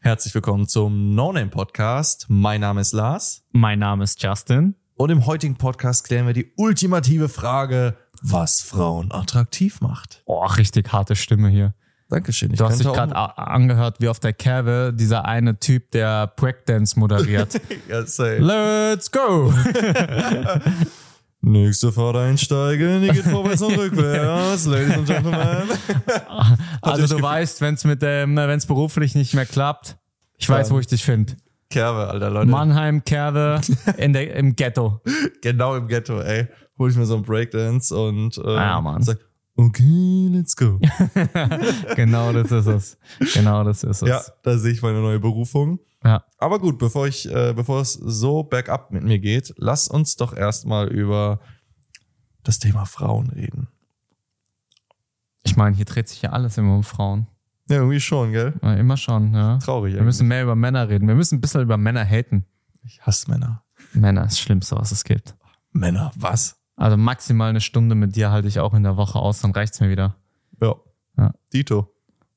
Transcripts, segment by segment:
Herzlich willkommen zum No Name Podcast. Mein Name ist Lars Mein Name ist Justin. und im heutigen Podcast klären wir die ultimative Frage, was Frauen attraktiv macht. Oh, richtig harte Stimme hier. Dankeschön. Ich Du hast dich könnte gerade a- angehört, wie auf der Kerbe dieser eine Typ, der Breakdance moderiert. auch- Ja, safe. Let's go! Nächste Fahrt einsteigen, die geht vorwärts und rückwärts, Ladies and Gentlemen. Also ich du gefühlt- weißt, wenn es mit dem, wenn es beruflich nicht mehr klappt, ich weiß, wo ich dich finde. Kerbe, alter Leute. Mannheim, Kerbe, in der, im Ghetto. Genau im Ghetto, ey. Hol ich mir so einen Breakdance und äh, Ah, Mann. sag, okay, let's go. Genau das ist es. Genau das ist es. ja, da sehe ich meine neue Berufung. Ja. Aber gut, bevor ich, äh, bevor es so bergab mit mir geht, lass uns doch erstmal über das Thema Frauen reden. Ich meine, hier dreht sich ja alles immer um Frauen. Ja, irgendwie schon, gell? Ja, Immer schon, ja. Traurig. Wir müssen mehr über Männer reden. Wir müssen ein bisschen über Männer haten. ich hasse Männer. Männer ist das Schlimmste, was es gibt. Männer, was? Also maximal eine Stunde mit dir halte ich auch in der Woche aus, dann reicht's mir wieder. Ja. Ja. Dito.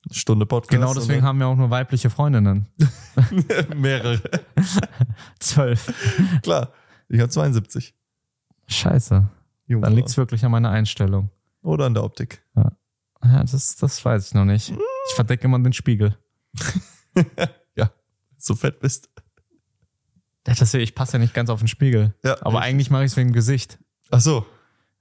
Eine Stunde Podcast. Genau deswegen haben wir auch nur weibliche Freundinnen. haben mehrere. Zwölf. Klar. Ich habe 72. Scheiße. Junge. Dann liegt's wirklich an meiner Einstellung. Oder an der Optik. Ja, das, das weiß ich noch nicht. Ich verdecke immer den Spiegel. So fett bist. Ja, Deswegen, ich passe ja nicht ganz auf den Spiegel. Ja. Aber eigentlich mache ich es wegen dem Gesicht Ach so.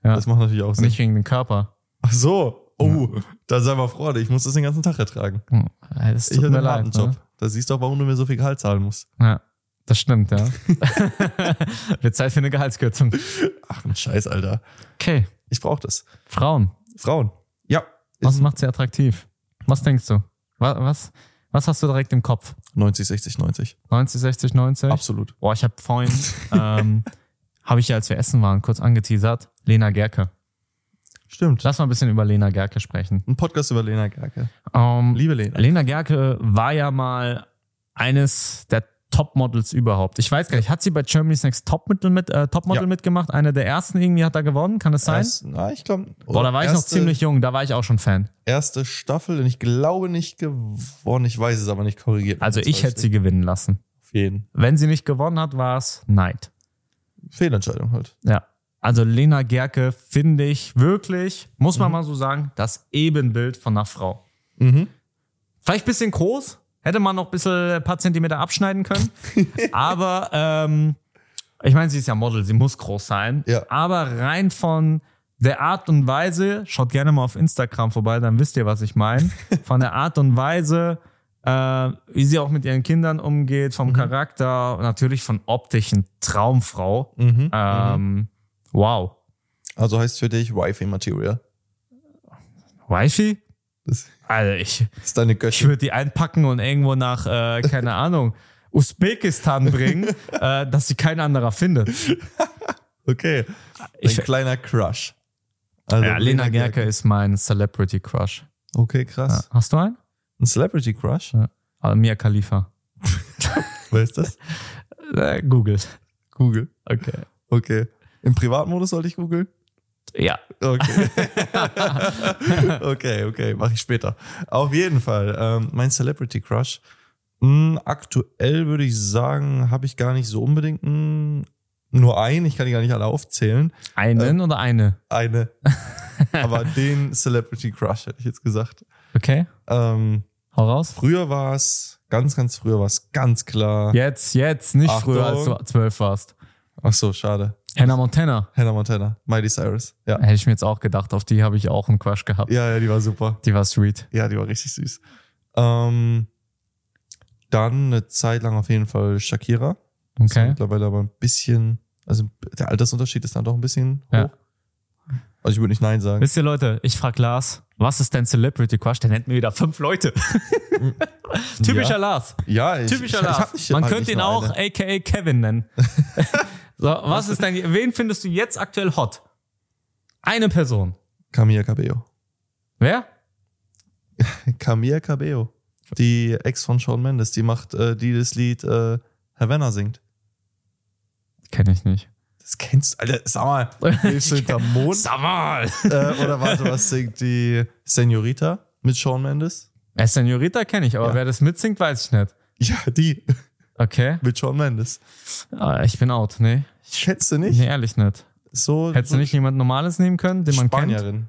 Ja. Das macht natürlich auch und Sinn. nicht wegen dem Körper. Ach so. Oh, da sei mal Freude. Ich muss das den ganzen Tag ertragen. Hm, ey, Das ich tut hatte mir einen leid. harten Job. Ne? Da siehst du auch, warum du mir so viel Gehalt zahlen musst. Ja, das stimmt, ja. Wird Zeit für eine Gehaltskürzung. Ach, ein Scheiß, Alter. Okay, Ich brauche das. Frauen. Frauen. Ja. Was macht sie attraktiv? Was denkst du? Was, was, was hast du direkt im Kopf? 90, 60, 90. 90, 60, 90? Absolut. Boah, ich habe vorhin, ähm, habe ich ja, als wir essen waren, kurz angeteasert, Lena Gerke. Stimmt. Lass mal ein bisschen über Lena Gerke sprechen. Ein Podcast über Lena Gerke. Ähm, Liebe Lena. Lena Gerke war ja mal eines der Topmodels überhaupt. Ich weiß gar nicht, hat sie bei Germany's Next Topmodel, mit, äh, Topmodel Ja. mitgemacht? Eine der ersten irgendwie hat da gewonnen, kann das sein? Erst- na, ich glaube. Boah, da war ich noch ziemlich jung, da war ich auch schon Fan. Erste Staffel und ich glaube nicht gewonnen. Ich weiß es aber nicht korrigiert. Also ich hätte sie gewinnen lassen. Auf jeden. Wenn sie nicht gewonnen hat, war es Neid. Fehlentscheidung halt. Ja. Also Lena Gerke finde ich wirklich, muss man Mhm. mal so sagen, das Ebenbild von einer Frau. Mhm. Vielleicht ein bisschen groß, hätte man noch ein bisschen ein paar Zentimeter abschneiden können. aber ähm, ich meine, sie ist ja Model, sie muss groß sein. Ja. Aber rein von der Art und Weise, schaut gerne mal auf Instagram vorbei, dann wisst ihr, was ich meine. Von der Art und Weise, äh, wie sie auch mit ihren Kindern umgeht, Mhm. vom Charakter, natürlich von optischen Traumfrau. Mhm. mhm. Ähm, Wow. Also heißt für dich Wifi Material. Wifi? Das Also ich, ist deine ich Göttin. würde die einpacken und irgendwo nach, äh, keine Ahnung, Usbekistan bringen, äh, dass sie kein anderer findet. Okay. Ein Ich, kleiner Crush. Also ja, Lena Gerke ist mein Celebrity Crush. Okay, Ja. krass. Hast du einen? Ein Celebrity Crush? Ah, Mia Khalifa. Wer ist das? Äh, Google. Google. Okay. Okay. Im Privatmodus sollte ich googeln? Ja. Okay. okay, okay, mache ich später. Auf jeden Fall, ähm, mein Celebrity Crush. Mh, aktuell würde ich sagen, habe ich gar nicht so unbedingt mh, nur einen, ich kann die gar nicht alle aufzählen. Einen oder eine? Eine. Aber den Celebrity Crush hätte ich jetzt gesagt. Okay. Ähm, Hau raus. früher war es, ganz, ganz früher war es ganz klar. Jetzt, jetzt, nicht Achtung. früher, als du zwölf warst. Ach so, schade. Hannah Montana. Hannah Montana, Miley Cyrus. Ja. Hätte ich mir jetzt auch gedacht, auf die habe ich auch einen Crush gehabt. ja, ja, die war super. Die war sweet. Ja, die war richtig süß. Ähm, dann eine Zeit lang auf jeden Fall Shakira. Ist Okay. Mittlerweile aber ein bisschen, also der Altersunterschied ist dann doch ein bisschen hoch. Ja. Also ich würde nicht Nein sagen. Wisst ihr, Leute, ich frage Lars, was ist dein Celebrity Crush? Der nennt mir wieder fünf Leute. Typischer Lars. ja, ich, Typischer ich, ich Lars. hab nicht, Man halt könnte nicht ihn nur auch eine. aka Kevin nennen. so, was ist dein, wen findest du jetzt aktuell hot? Eine Person. Camilla Cabello. Wer? Camilla Cabello. Die Ex von Shawn Mendes, die macht, äh, die das Lied äh, Havana singt. Kenne ich nicht. Das kennst du, Alter, sag mal, lebst du hinterm Mond? Sag mal. äh, oder warte, was singt die Senorita mit Shawn Mendes? Äh, Senorita kenne ich, aber Ja. wer das mitsingt, weiß ich nicht. Ja, die Okay. mit Shawn Mendes. Äh, Ich bin out, nee. Schätzt du nicht? Nee, ehrlich nicht. Also So Hättest du nicht jemand Normales nehmen können, den man kennt? Spanierin.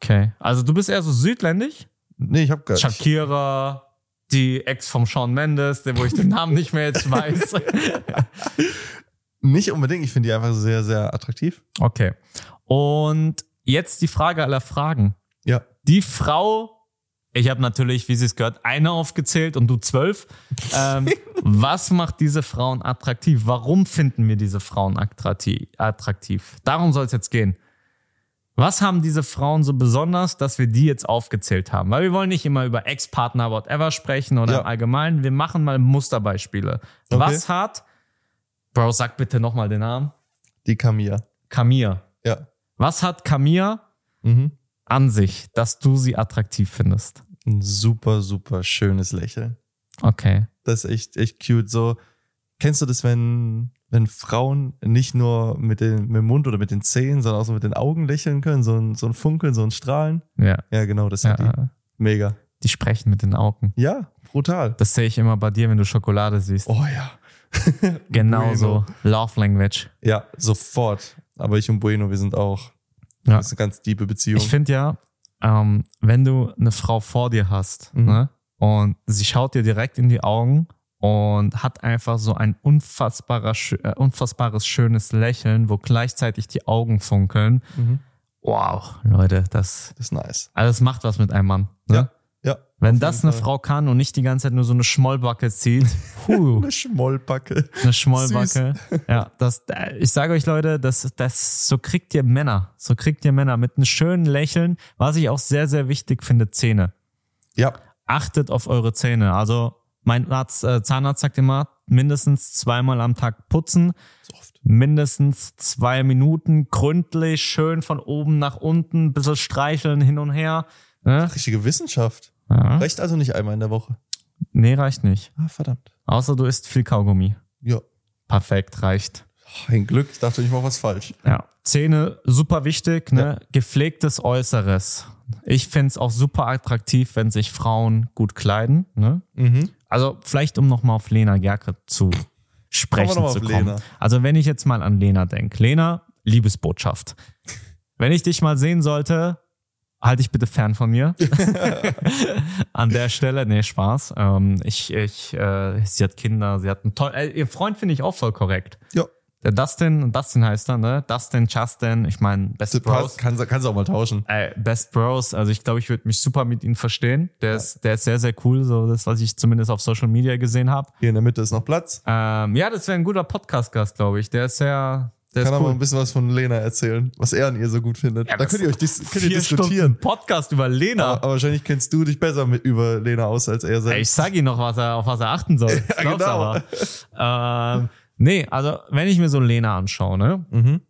Okay. Also du bist eher so südländisch? Nee, ich hab gar nicht. Shakira, die Ex vom Shawn Mendes, der, wo ich den Namen nicht mehr jetzt weiß. Nicht unbedingt. Ich finde die einfach sehr, sehr attraktiv. Okay. Und jetzt die Frage aller Fragen. Ja. Die Frau, ich habe natürlich, wie sie es gehört, eine aufgezählt und du zwölf. Ähm, was macht diese Frauen attraktiv? Warum finden wir diese Frauen attrakti- attraktiv? Darum soll es jetzt gehen. Was haben diese Frauen so besonders, dass wir die jetzt aufgezählt haben? Weil wir wollen nicht immer über Ex-Partner, whatever sprechen oder Ja. im Allgemeinen. Wir machen mal Musterbeispiele. Okay. Was hat, Bro, sag bitte nochmal den Namen, Die Camilla. Kamir. Ja. Was hat Kamia Mhm. an sich, dass du sie attraktiv findest? Ein super, super schönes Lächeln. Okay. Das ist echt, echt cute. So, kennst du das, wenn, wenn Frauen nicht nur mit, den, mit dem Mund oder mit den Zähnen, sondern auch so mit den Augen lächeln können? So ein, so ein Funkeln, so ein Strahlen? Ja. Ja, genau, das ja hat die. äh, Mega. die sprechen mit den Augen. Ja, brutal. Das sehe ich immer bei dir, wenn du Schokolade siehst. Oh ja. genau so. Love Language. Ja, sofort. Aber ich und Bueno, wir sind auch. Ja. Das ist eine ganz tiefe Beziehung. Ich finde ja, ähm, wenn du eine Frau vor dir hast Mhm. ne, und sie schaut dir direkt in die Augen und hat einfach so ein unfassbarer, schö- äh, unfassbares schönes Lächeln, wo gleichzeitig die Augen funkeln. Mhm. Wow, Leute, das, Das ist nice. Also es macht was mit einem Mann. Ne? Ja, ja, Wenn auf das jeden eine Fall. Frau kann und nicht die ganze Zeit nur so eine Schmollbacke zieht, puh, Eine Schmollbacke. eine Schmollbacke. Ja, das, äh, ich sage euch Leute, das, das, so kriegt ihr Männer, so kriegt ihr Männer mit einem schönen Lächeln. Was ich auch sehr, sehr wichtig finde, Zähne. Ja, Achtet auf eure Zähne. Also mein Arzt, äh, Zahnarzt sagt immer, mindestens zweimal am Tag putzen, so oft. mindestens zwei Minuten, gründlich, schön von oben nach unten, bisschen streicheln hin und her. Ne? Richtige Wissenschaft. Ja. Reicht also nicht einmal in der Woche. Nee, reicht nicht. Ah, verdammt. Außer du isst viel Kaugummi. Ja. Perfekt, reicht. Ein Glück, ich dachte, ich mache was falsch. Ja. Zähne, super wichtig, ne? Gepflegtes Äußeres. Ich finde es auch super attraktiv, wenn sich Frauen gut kleiden. Ne? Mhm. Also vielleicht, um nochmal auf Lena Gerke zu sprechen Kommen wir noch zu auf kommen. Lena. Also wenn ich jetzt mal an Lena denke. Lena, Liebesbotschaft. Wenn ich dich mal sehen sollte, halte ich bitte fern von mir. an der Stelle, nee, Spaß. Ähm, ich, ich, äh, sie hat Kinder, sie hat einen tollen, äh, ihr Freund finde ich auch voll korrekt. Ja. Der Dustin, Dustin heißt er, ne? Dustin, Justin, ich meine, Best Bros. Kannst du kannst du auch mal tauschen. Ey, Best Bros, also ich glaube, ich würde mich super mit ihm verstehen. Der, ist, der ist sehr, sehr cool, so das, was ich zumindest auf Social Media gesehen habe. Hier in der Mitte ist noch Platz. Ähm, ja, das wäre ein guter Podcast-Gast, glaube ich. Der ist sehr, Kann der ist er mal cool. ein bisschen was von Lena erzählen, was er an ihr so gut findet. Ja, da das- könnt ihr euch dis könnt ihr Vier diskutieren. Ah, Stunden Podcast über Lena. Aber, aber wahrscheinlich kennst du dich besser mit, über Lena aus als er Ey, ich selbst. sag ihm noch, was er, auf was er achten soll. Ich glaub's genau. aber. Ähm, nee, also wenn ich mir so Lena anschaue, ne? Mhm.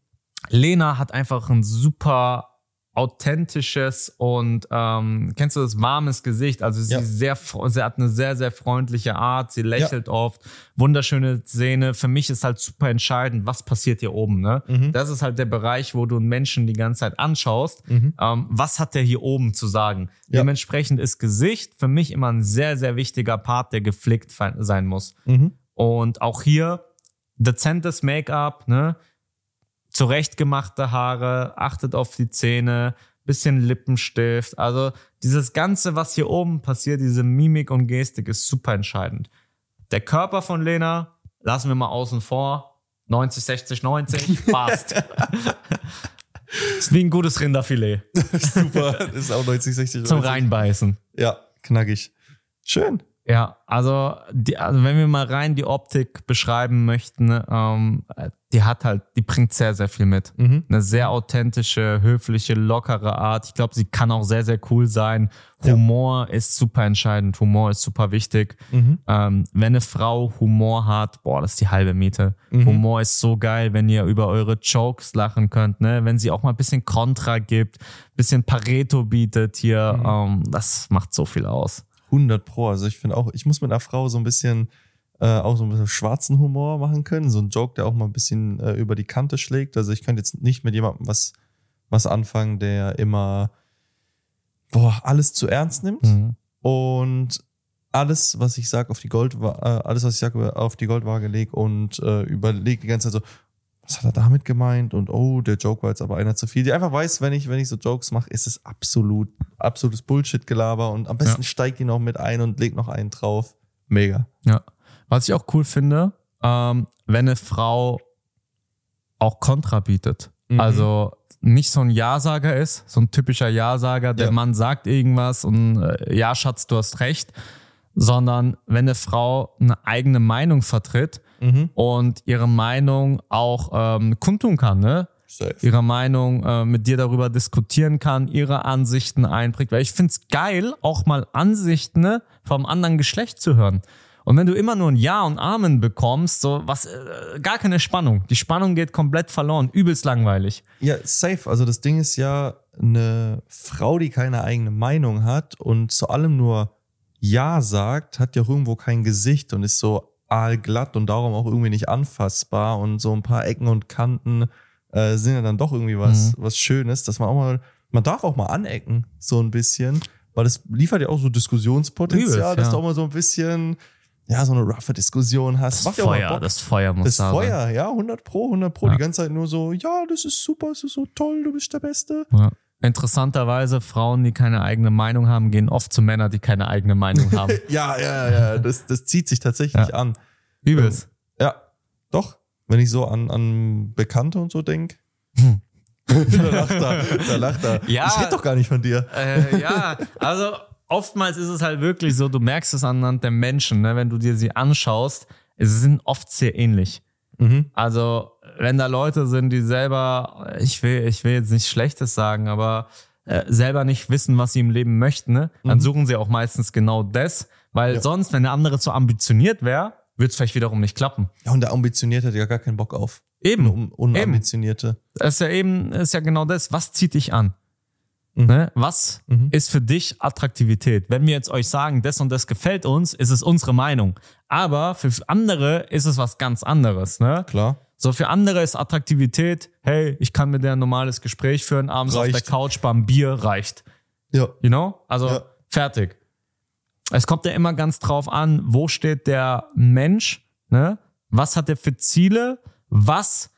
Lena hat einfach ein super authentisches und ähm, kennst du das warmes Gesicht? Also sie Ja. ist sehr, fr- sie hat eine sehr sehr freundliche Art, sie lächelt oft, wunderschöne Szene. Für mich ist halt super entscheidend, was passiert hier oben. Ne? Mhm. Das ist halt der Bereich, wo du einen Menschen die ganze Zeit anschaust. Mhm. Ähm, was hat der hier oben zu sagen? Ja. Dementsprechend ist Gesicht für mich immer ein sehr sehr wichtiger Part, der gepflegt fe- sein muss. Mhm. Und auch hier dezentes Make-up, ne? zurechtgemachte Haare, achtet auf die Zähne, bisschen Lippenstift. Also dieses Ganze, was hier oben passiert, diese Mimik und Gestik ist super entscheidend. Der Körper von Lena lassen wir mal außen vor. 90, 60, 90, passt. ist wie ein gutes Rinderfilet Super. Das ist auch 90, 60. zum 90. Reinbeißen. Ja, knackig. Schön. Ja, also, die, also wenn wir mal rein die Optik beschreiben möchten, ähm, die hat halt, die bringt sehr, sehr viel mit. Mhm. Eine sehr authentische, höfliche, lockere Art. Ich glaube, sie kann auch sehr, sehr cool sein. Ja. Humor ist super entscheidend. Humor ist super wichtig. Mhm. Ähm, wenn eine Frau Humor hat, boah, das ist die halbe Miete. Mhm. Humor ist so geil, wenn ihr über eure Jokes lachen könnt, ne? Wenn sie auch mal ein bisschen Kontra gibt, bisschen Pareto bietet hier, Mhm. ähm, das macht so viel aus. 100 Pro. Also ich finde auch, ich muss mit einer Frau so ein bisschen, äh, auch so ein bisschen schwarzen Humor machen können. So ein Joke, der auch mal ein bisschen äh, über die Kante schlägt. Also ich könnte jetzt nicht mit jemandem was, was anfangen, Mhm. Mhm. der immer, boah, alles zu ernst nimmt. Und alles, was ich sage, auf die Gold, äh, alles, was ich sage, auf die Goldwaage lege und äh, überlege die ganze Zeit so, was hat er damit gemeint? Und oh, der Joke war jetzt aber einer zu viel. Die einfach weiß, wenn ich, wenn ich so Jokes mache, ist es absolut, absolutes Bullshit-Gelaber und am besten steigt die noch mit ein und legt noch einen drauf. Mega. Ja. Was ich auch cool finde, ähm, wenn eine Frau auch Kontra bietet. Mhm. Also nicht so ein Ja-Sager ist, so ein typischer Ja-Sager, der Ja. Mann sagt irgendwas und äh, ja, Schatz, du hast recht, sondern wenn eine Frau eine eigene Meinung vertritt Mhm. und ihre Meinung auch ähm, kundtun kann, ne? Safe. ihre Meinung äh, mit dir darüber diskutieren kann, ihre Ansichten einbringt. Weil ich find's geil, auch mal Ansichten ne, vom anderen Geschlecht zu hören. Und wenn du immer nur ein Ja und Amen bekommst, so was, äh, gar keine Spannung. Die Spannung geht komplett verloren, übelst langweilig. Ja, safe. Also das Ding ist ja, eine Frau, die keine eigene Meinung hat und zu allem nur Ja sagt, hat ja auch irgendwo kein Gesicht und ist so aalglatt und darum auch irgendwie nicht anfassbar und so ein paar Ecken und Kanten äh, sind ja dann doch irgendwie Mhm. was, was Schönes, dass man auch mal, man darf auch mal anecken, so ein bisschen, weil das liefert ja auch so Diskussionspotenzial, Übelst, dass ja. du auch mal so ein bisschen, ja, so eine roughe Diskussion hast. Das Macht ja auch mal Feuer, Bock. das Feuer muss Das da Feuer, ja, 100 pro, 100 pro. Ja. Die ganze Zeit nur so, ja, das ist super, es ist so toll, du bist der Beste. sein. Ja. Interessanterweise, Frauen, die keine eigene Meinung haben, gehen oft zu Männern, die keine eigene Meinung haben. Ja, ja, ja, das, das zieht sich tatsächlich Ja. an. Übelst. Ja, doch. Wenn ich so an, an Bekannte und so denke. da lacht er, da lacht er. Hm. Ja. Ich rede doch gar nicht von dir. Äh, ja, also oftmals ist es halt wirklich so, du merkst es anhand der Menschen, ne? wenn du dir sie anschaust, sie sind oft sehr ähnlich. Mhm. Also wenn da Leute sind, die selber, ich will, ich will jetzt nicht Schlechtes sagen, aber äh, selber nicht wissen, was sie im Leben möchten, ne? dann Mhm. suchen sie auch meistens genau das, weil Ja. sonst, wenn der andere zu ambitioniert wäre, wird es vielleicht wiederum nicht klappen. Ja, und der Ambitionierte hat ja gar keinen Bock auf. Eben. Eine un Unambitionierte. ist ja eben, ist ja genau das. Was zieht dich an? Mhm. Ne? Was Mhm. ist für dich Attraktivität? Wenn wir jetzt euch sagen, das und das gefällt uns, ist es unsere Meinung. Aber für andere ist es was ganz anderes. Ne? Klar. So für andere ist Attraktivität, hey, ich kann mit der ein normales Gespräch führen, abends auf Reicht. der Couch beim Bier reicht. Ja. You know? Also Ja. fertig. Es kommt ja immer ganz drauf an, wo steht der Mensch, ne? Was hat er für Ziele? Was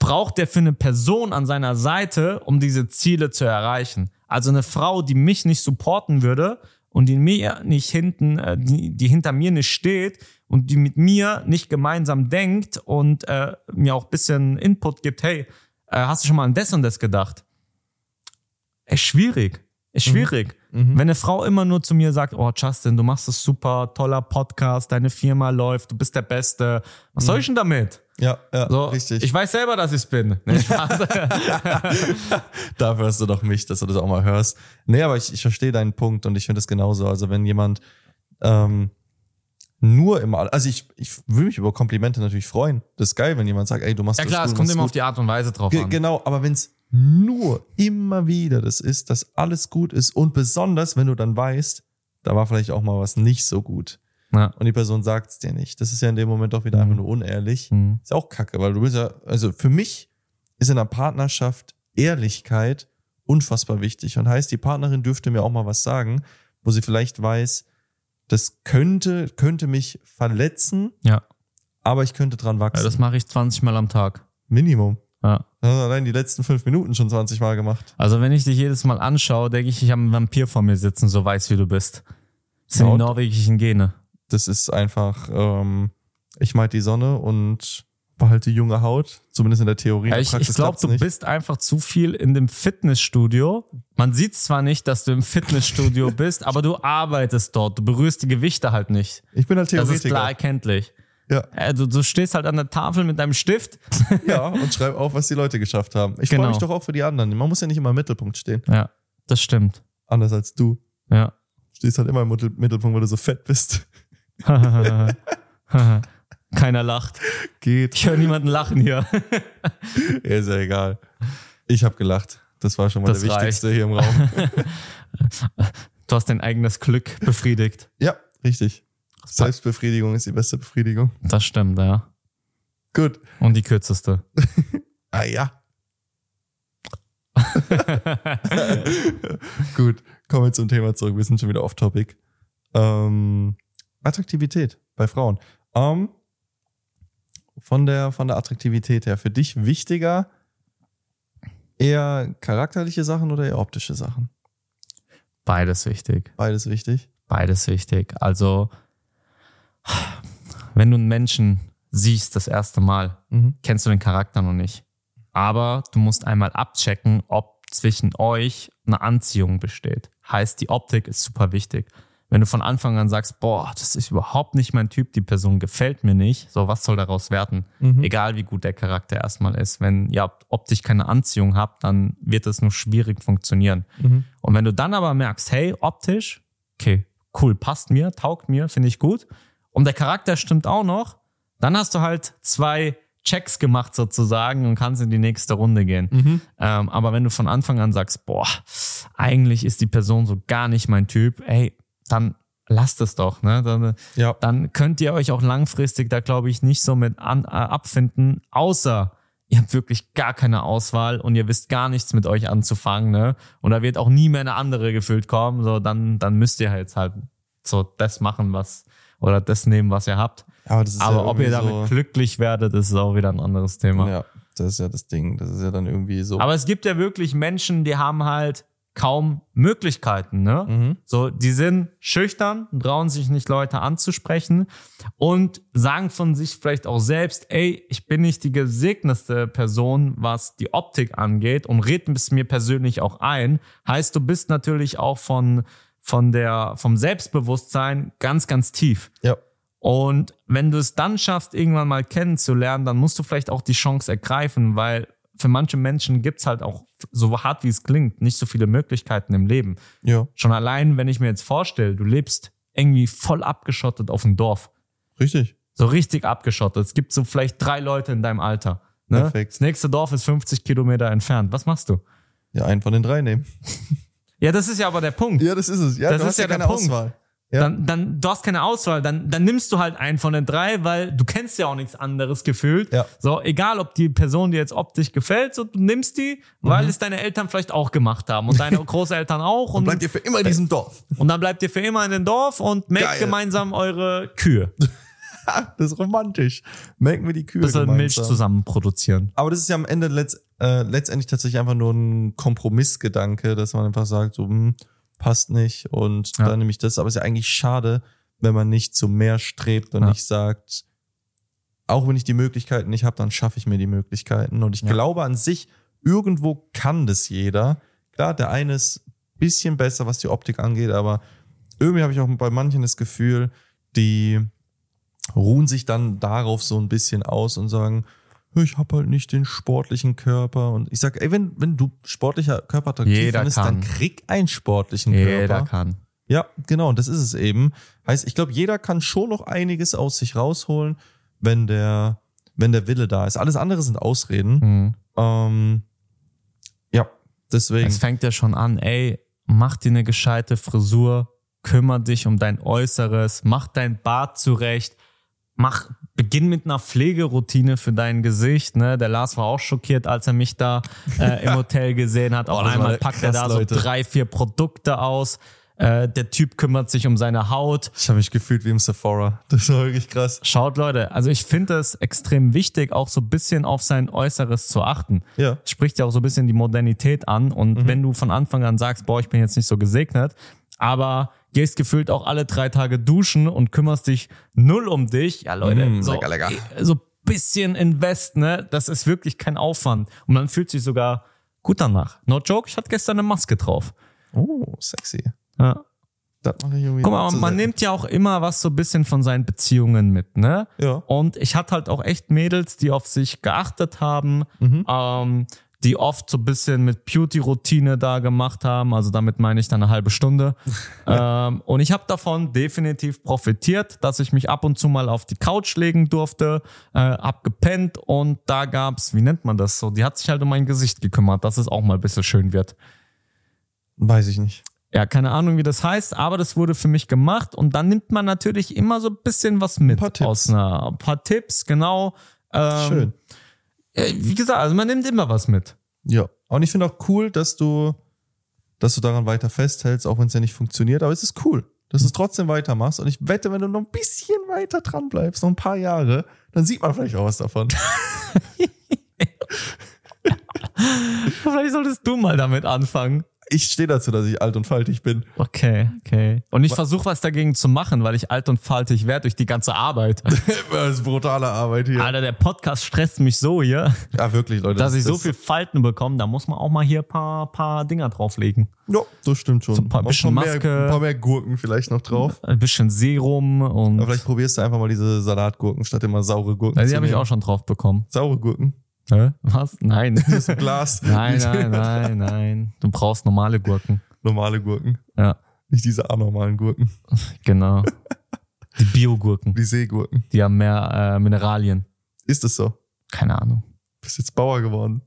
braucht er für eine Person an seiner Seite, um diese Ziele zu erreichen? Also eine Frau, die mich nicht supporten würde und die mir nicht hinten, äh, die, die hinter mir nicht steht und die mit mir nicht gemeinsam denkt und äh, mir auch ein bisschen Input gibt, hey, äh, hast du schon mal an das und das gedacht? Ist schwierig. Ist Mhm. schwierig. Wenn eine Frau immer nur zu mir sagt, oh Justin, du machst es super, toller Podcast, deine Firma läuft, du bist der Beste. Was soll ich denn damit? Ja, ja, So, Mhm. richtig. Ich weiß selber, dass ich es bin. Nee, Spaß. Dafür hast du doch mich, dass du das auch mal hörst. Nee, aber ich, ich verstehe deinen Punkt und ich finde es genauso. Also wenn jemand ähm, nur immer, also ich, ich würde mich über Komplimente natürlich freuen. Das ist geil, wenn jemand sagt, ey, du machst ja das klar, gut, es du kommt machst immer auf gut. die Art und Weise drauf Ge- an. Genau, aber wenn es nur immer wieder das ist, dass alles gut ist und besonders, wenn du dann weißt, da war vielleicht auch mal was nicht so gut Ja. und die Person sagt es dir nicht. Das ist ja in dem Moment auch wieder Mhm. einfach nur unehrlich. Hm. Ist auch kacke, weil du bist ja, also für mich ist in einer Partnerschaft Ehrlichkeit unfassbar wichtig und heißt, die Partnerin dürfte mir auch mal was sagen, wo sie vielleicht weiß, das könnte, könnte mich verletzen, Ja. aber ich könnte dran Ja, wachsen. das mache ich 20 Mal am Tag. Minimum. Ja. Das hast du allein die letzten fünf Minuten schon 20 Mal gemacht. Also wenn ich dich jedes Mal anschaue, denke ich, ich habe einen Vampir vor mir sitzen, so weiß wie du bist. Das sind Ja, die und? norwegischen Gene. Das ist einfach, ähm, ich mal die Sonne und behalte die junge Haut, zumindest in der Theorie. in Ja, der ich ich Praxis glaube, klappt's du nicht. bist einfach zu viel in dem Fitnessstudio. Man sieht zwar nicht, dass du im Fitnessstudio bist, aber du arbeitest dort. Du berührst die Gewichte halt nicht. Ich bin halt Das ist Theoretiker. klar erkenntlich. Ja. Äh, du, du stehst halt an der Tafel mit deinem Stift. Ja, und schreib auf, was die Leute geschafft haben. Ich Genau. freue mich doch auch für die anderen. Man muss ja nicht immer im Mittelpunkt stehen. Ja, das stimmt. Anders als du. Ja. Stehst halt immer im Mittel- Mittelpunkt, weil du so fett bist. Keiner lacht. Geht. Ich höre niemanden lachen hier. Ja, Ist ja egal. Ich habe gelacht. Das war schon mal Das der reicht. Wichtigste hier im Raum. Du hast dein eigenes Glück befriedigt. ja, richtig. Selbstbefriedigung ist die beste Befriedigung. Das stimmt, ja. Gut. Und die kürzeste. Ah ja. Gut, kommen wir zum Thema zurück. Wir sind schon wieder off-topic. Ähm, Attraktivität bei Frauen. Ähm, von, der, von der Attraktivität her, für dich wichtiger eher charakterliche Sachen oder eher optische Sachen? Beides wichtig. Beides wichtig. Beides wichtig. Also, wenn du einen Menschen siehst das erste Mal, Mhm. kennst du den Charakter noch nicht. Aber du musst einmal abchecken, ob zwischen euch eine Anziehung besteht. Heißt, die Optik ist super wichtig. Wenn du von Anfang an sagst, boah, das ist überhaupt nicht mein Typ, die Person gefällt mir nicht, so was soll daraus werden? Mhm. Egal wie gut der Charakter erstmal ist. Wenn ihr optisch keine Anziehung habt, dann wird es nur schwierig funktionieren. Mhm. Und wenn du dann aber merkst, hey, optisch, okay, cool, passt mir, taugt mir, finde ich gut. Und der Charakter stimmt auch noch, dann hast du halt zwei Checks gemacht sozusagen und kannst in die nächste Runde gehen. Mhm. Ähm, aber wenn du von Anfang an sagst, boah, eigentlich ist die Person so gar nicht mein Typ, ey, dann lasst es doch, ne? Dann, Ja. dann könnt ihr euch auch langfristig da, glaube ich, nicht so mit an, äh, abfinden, außer ihr habt wirklich gar keine Auswahl und ihr wisst gar nichts mit euch anzufangen, ne? Und da wird auch nie mehr eine andere gefühlt kommen, so dann, dann müsst ihr jetzt halt so das machen, was oder das nehmen, was ihr habt. Aber, das ist Aber ja ob ihr damit irgendwie so, glücklich werdet, ist auch wieder ein anderes Thema. Ja, das ist ja das Ding. Das ist ja dann irgendwie so. Aber es gibt ja wirklich Menschen, die haben halt kaum Möglichkeiten, ne? mhm. So, die sind schüchtern, trauen sich nicht, Leute anzusprechen und sagen von sich vielleicht auch selbst, ey, ich bin nicht die gesegnetste Person, was die Optik angeht und reden es mir persönlich auch ein. Heißt, du bist natürlich auch von, von der, vom Selbstbewusstsein ganz, ganz tief. Ja. Und wenn du es dann schaffst, irgendwann mal kennenzulernen, dann musst du vielleicht auch die Chance ergreifen, weil für manche Menschen gibt's halt auch, so hart wie es klingt, nicht so viele Möglichkeiten im Leben. ja, Schon allein, wenn ich mir jetzt vorstelle, du lebst irgendwie voll abgeschottet auf dem Dorf. richtig. So richtig abgeschottet. Es gibt so vielleicht drei Leute in deinem Alter. Ne? Perfekt. Das nächste Dorf ist 50 Kilometer entfernt. Was machst du? Ja, einen von den drei nehmen. Ja, das ist ja aber der Punkt. Ja, das ist es. Ja, du Das ist hast ja ja der keine Punkt. Auswahl. Ja. Dann, dann, du hast keine Auswahl, dann, dann nimmst du halt einen von den drei, weil du kennst ja auch nichts anderes gefühlt. Ja. So, egal ob die Person dir jetzt optisch gefällt, so, du nimmst die, Mhm. weil es deine Eltern vielleicht auch gemacht haben und deine Großeltern auch. Und, Bleibt ihr für immer in diesem Dorf. und dann bleibt ihr für immer in dem Dorf und melkt Geil. gemeinsam eure Kühe. Das ist romantisch. Melken wir die Kühe. bisschen gemeinsam. Milch zusammen produzieren. Aber das ist ja am Ende letzt, äh, letztendlich tatsächlich einfach nur ein Kompromissgedanke, dass man einfach sagt, so, hm, passt nicht und Ja. dann nehme ich das. Aber es ist ja eigentlich schade, wenn man nicht zu mehr strebt und Ja. nicht sagt, auch wenn ich die Möglichkeiten nicht habe, dann schaffe ich mir die Möglichkeiten. Und ich Ja. glaube an sich, irgendwo kann das jeder. Klar, der eine ist ein bisschen besser, was die Optik angeht, aber irgendwie habe ich auch bei manchen das Gefühl, die ruhen sich dann darauf so ein bisschen aus und sagen, ich habe halt nicht den sportlichen Körper. Und ich sage, ey, wenn, wenn du sportlicher Körper attraktiv Jeder findest, kann. dann krieg einen sportlichen Jeder Körper. kann. Ja, genau, und das ist es eben. Heißt, ich glaube, jeder kann schon noch einiges aus sich rausholen, wenn der, wenn der Wille da ist. Alles andere sind Ausreden. Mhm. Ähm, ja, deswegen. Es fängt ja schon an, ey, mach dir eine gescheite Frisur, kümmere dich um dein Äußeres, mach dein Bart zurecht, mach, beginn mit einer Pflegeroutine für dein Gesicht. Ne? Der Lars war auch schockiert, als er mich da äh, im Hotel gesehen hat. Auf das war einmal packt er krass, da so Leute. drei, vier Produkte aus. Äh, der Typ kümmert sich um seine Haut. Ich habe mich gefühlt wie im Sephora. Das war wirklich krass. Schaut, Leute, also ich finde es extrem wichtig, auch so ein bisschen auf sein Äußeres zu achten. Ja. Mhm. Spricht ja auch so ein bisschen die Modernität an. Und wenn du von Anfang an sagst, boah, ich bin jetzt nicht so gesegnet, aber gehst gefühlt auch alle drei Tage duschen und kümmerst dich null um dich, ja, Leute, Mm, so, äh, lecker, lecker. so ein bisschen invest, ne? Das ist wirklich kein Aufwand. Und man fühlt sich sogar gut danach. No joke, ich hatte gestern eine Maske drauf. Oh, sexy. Ja. Das mache ich irgendwie. Guck mal, zu man selten. nimmt ja auch immer was so ein bisschen von seinen Beziehungen mit, ne? Ja. Und ich hatte halt auch echt Mädels, die auf sich geachtet haben, Mhm. ähm, die oft so ein bisschen mit Beauty-Routine da gemacht haben. Also damit meine ich dann eine halbe Stunde. ähm, und ich habe davon definitiv profitiert, dass ich mich ab und zu mal auf die Couch legen durfte, äh, hab gepennt und da gab's, wie nennt man das so? Die hat sich halt um mein Gesicht gekümmert, dass es auch mal ein bisschen schön wird Weiß ich nicht. ja, keine Ahnung, wie das heißt, aber das wurde für mich gemacht und dann nimmt man natürlich immer so ein bisschen was mit. paar Tipps. Aus einer, ein paar Tipps, genau. Ähm, Schön. äh, Wie gesagt, also man nimmt immer was mit. Ja. Und ich finde auch cool, dass du, dass du daran weiter festhältst, auch wenn es ja nicht funktioniert, aber es ist cool. dass du es trotzdem weitermachst. Und ich wette, wenn du noch ein bisschen weiter dran bleibst, noch ein paar Jahre, dann sieht man vielleicht auch was davon. Vielleicht solltest du mal damit anfangen. Ich stehe dazu, dass ich alt und faltig bin. Okay, okay. Und ich Wa- versuche was dagegen zu machen, weil ich alt und faltig werde durch die ganze Arbeit. das ist brutale Arbeit hier. Alter, der Podcast stresst mich so hier, Ja, wirklich, Leute. dass das- ich so das- viel Falten bekomme, da muss man auch mal hier paar, paar Dinger drauflegen. Ja, das stimmt schon. So ein paar- Noch bisschen paar mehr, Maske. Ein paar mehr Gurken vielleicht noch drauf. Ein bisschen Serum und. Aber vielleicht probierst du einfach mal diese Salatgurken statt immer saure Gurken. Ja, zu die habe ich nehmen. auch schon drauf bekommen. Saure Gurken. Hä? Was? Nein. Hier ist ein Glas. nein, Nicht nein, nein, nein. Du brauchst normale Gurken. Normale Gurken. Ja, Nicht diese anormalen Gurken. genau. Die Biogurken, Die Seegurken. die haben mehr äh, Mineralien. Ist es so? Keine Ahnung. Bist jetzt Bauer geworden.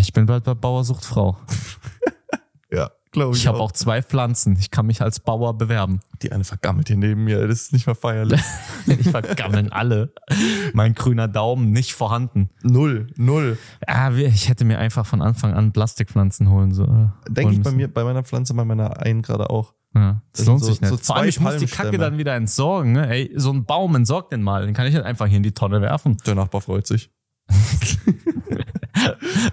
Ich bin bald bei Bauersuchtfrau. Ja, glaube ich. Ich habe auch zwei Pflanzen. Ich kann mich als Bauer bewerben. Die eine vergammelt hier neben mir. Das ist nicht mal feierlich. Ich vergammeln alle. Mein grüner Daumen nicht vorhanden. null, null. Ah, wir- ich hätte mir einfach von Anfang an Plastikpflanzen holen so, äh, holen Denke ich bei müssen. mir, bei meiner Pflanze, bei meiner einen gerade auch. Ja, das Das lohnt sind sich so- nicht. so Vor allem, zwei ich muss die Palmstämme. Kacke dann wieder entsorgen. Ne? Ey, so ein Baum entsorgt den mal. Den kann ich halt einfach hier in die Tonne werfen. Der Nachbar freut sich.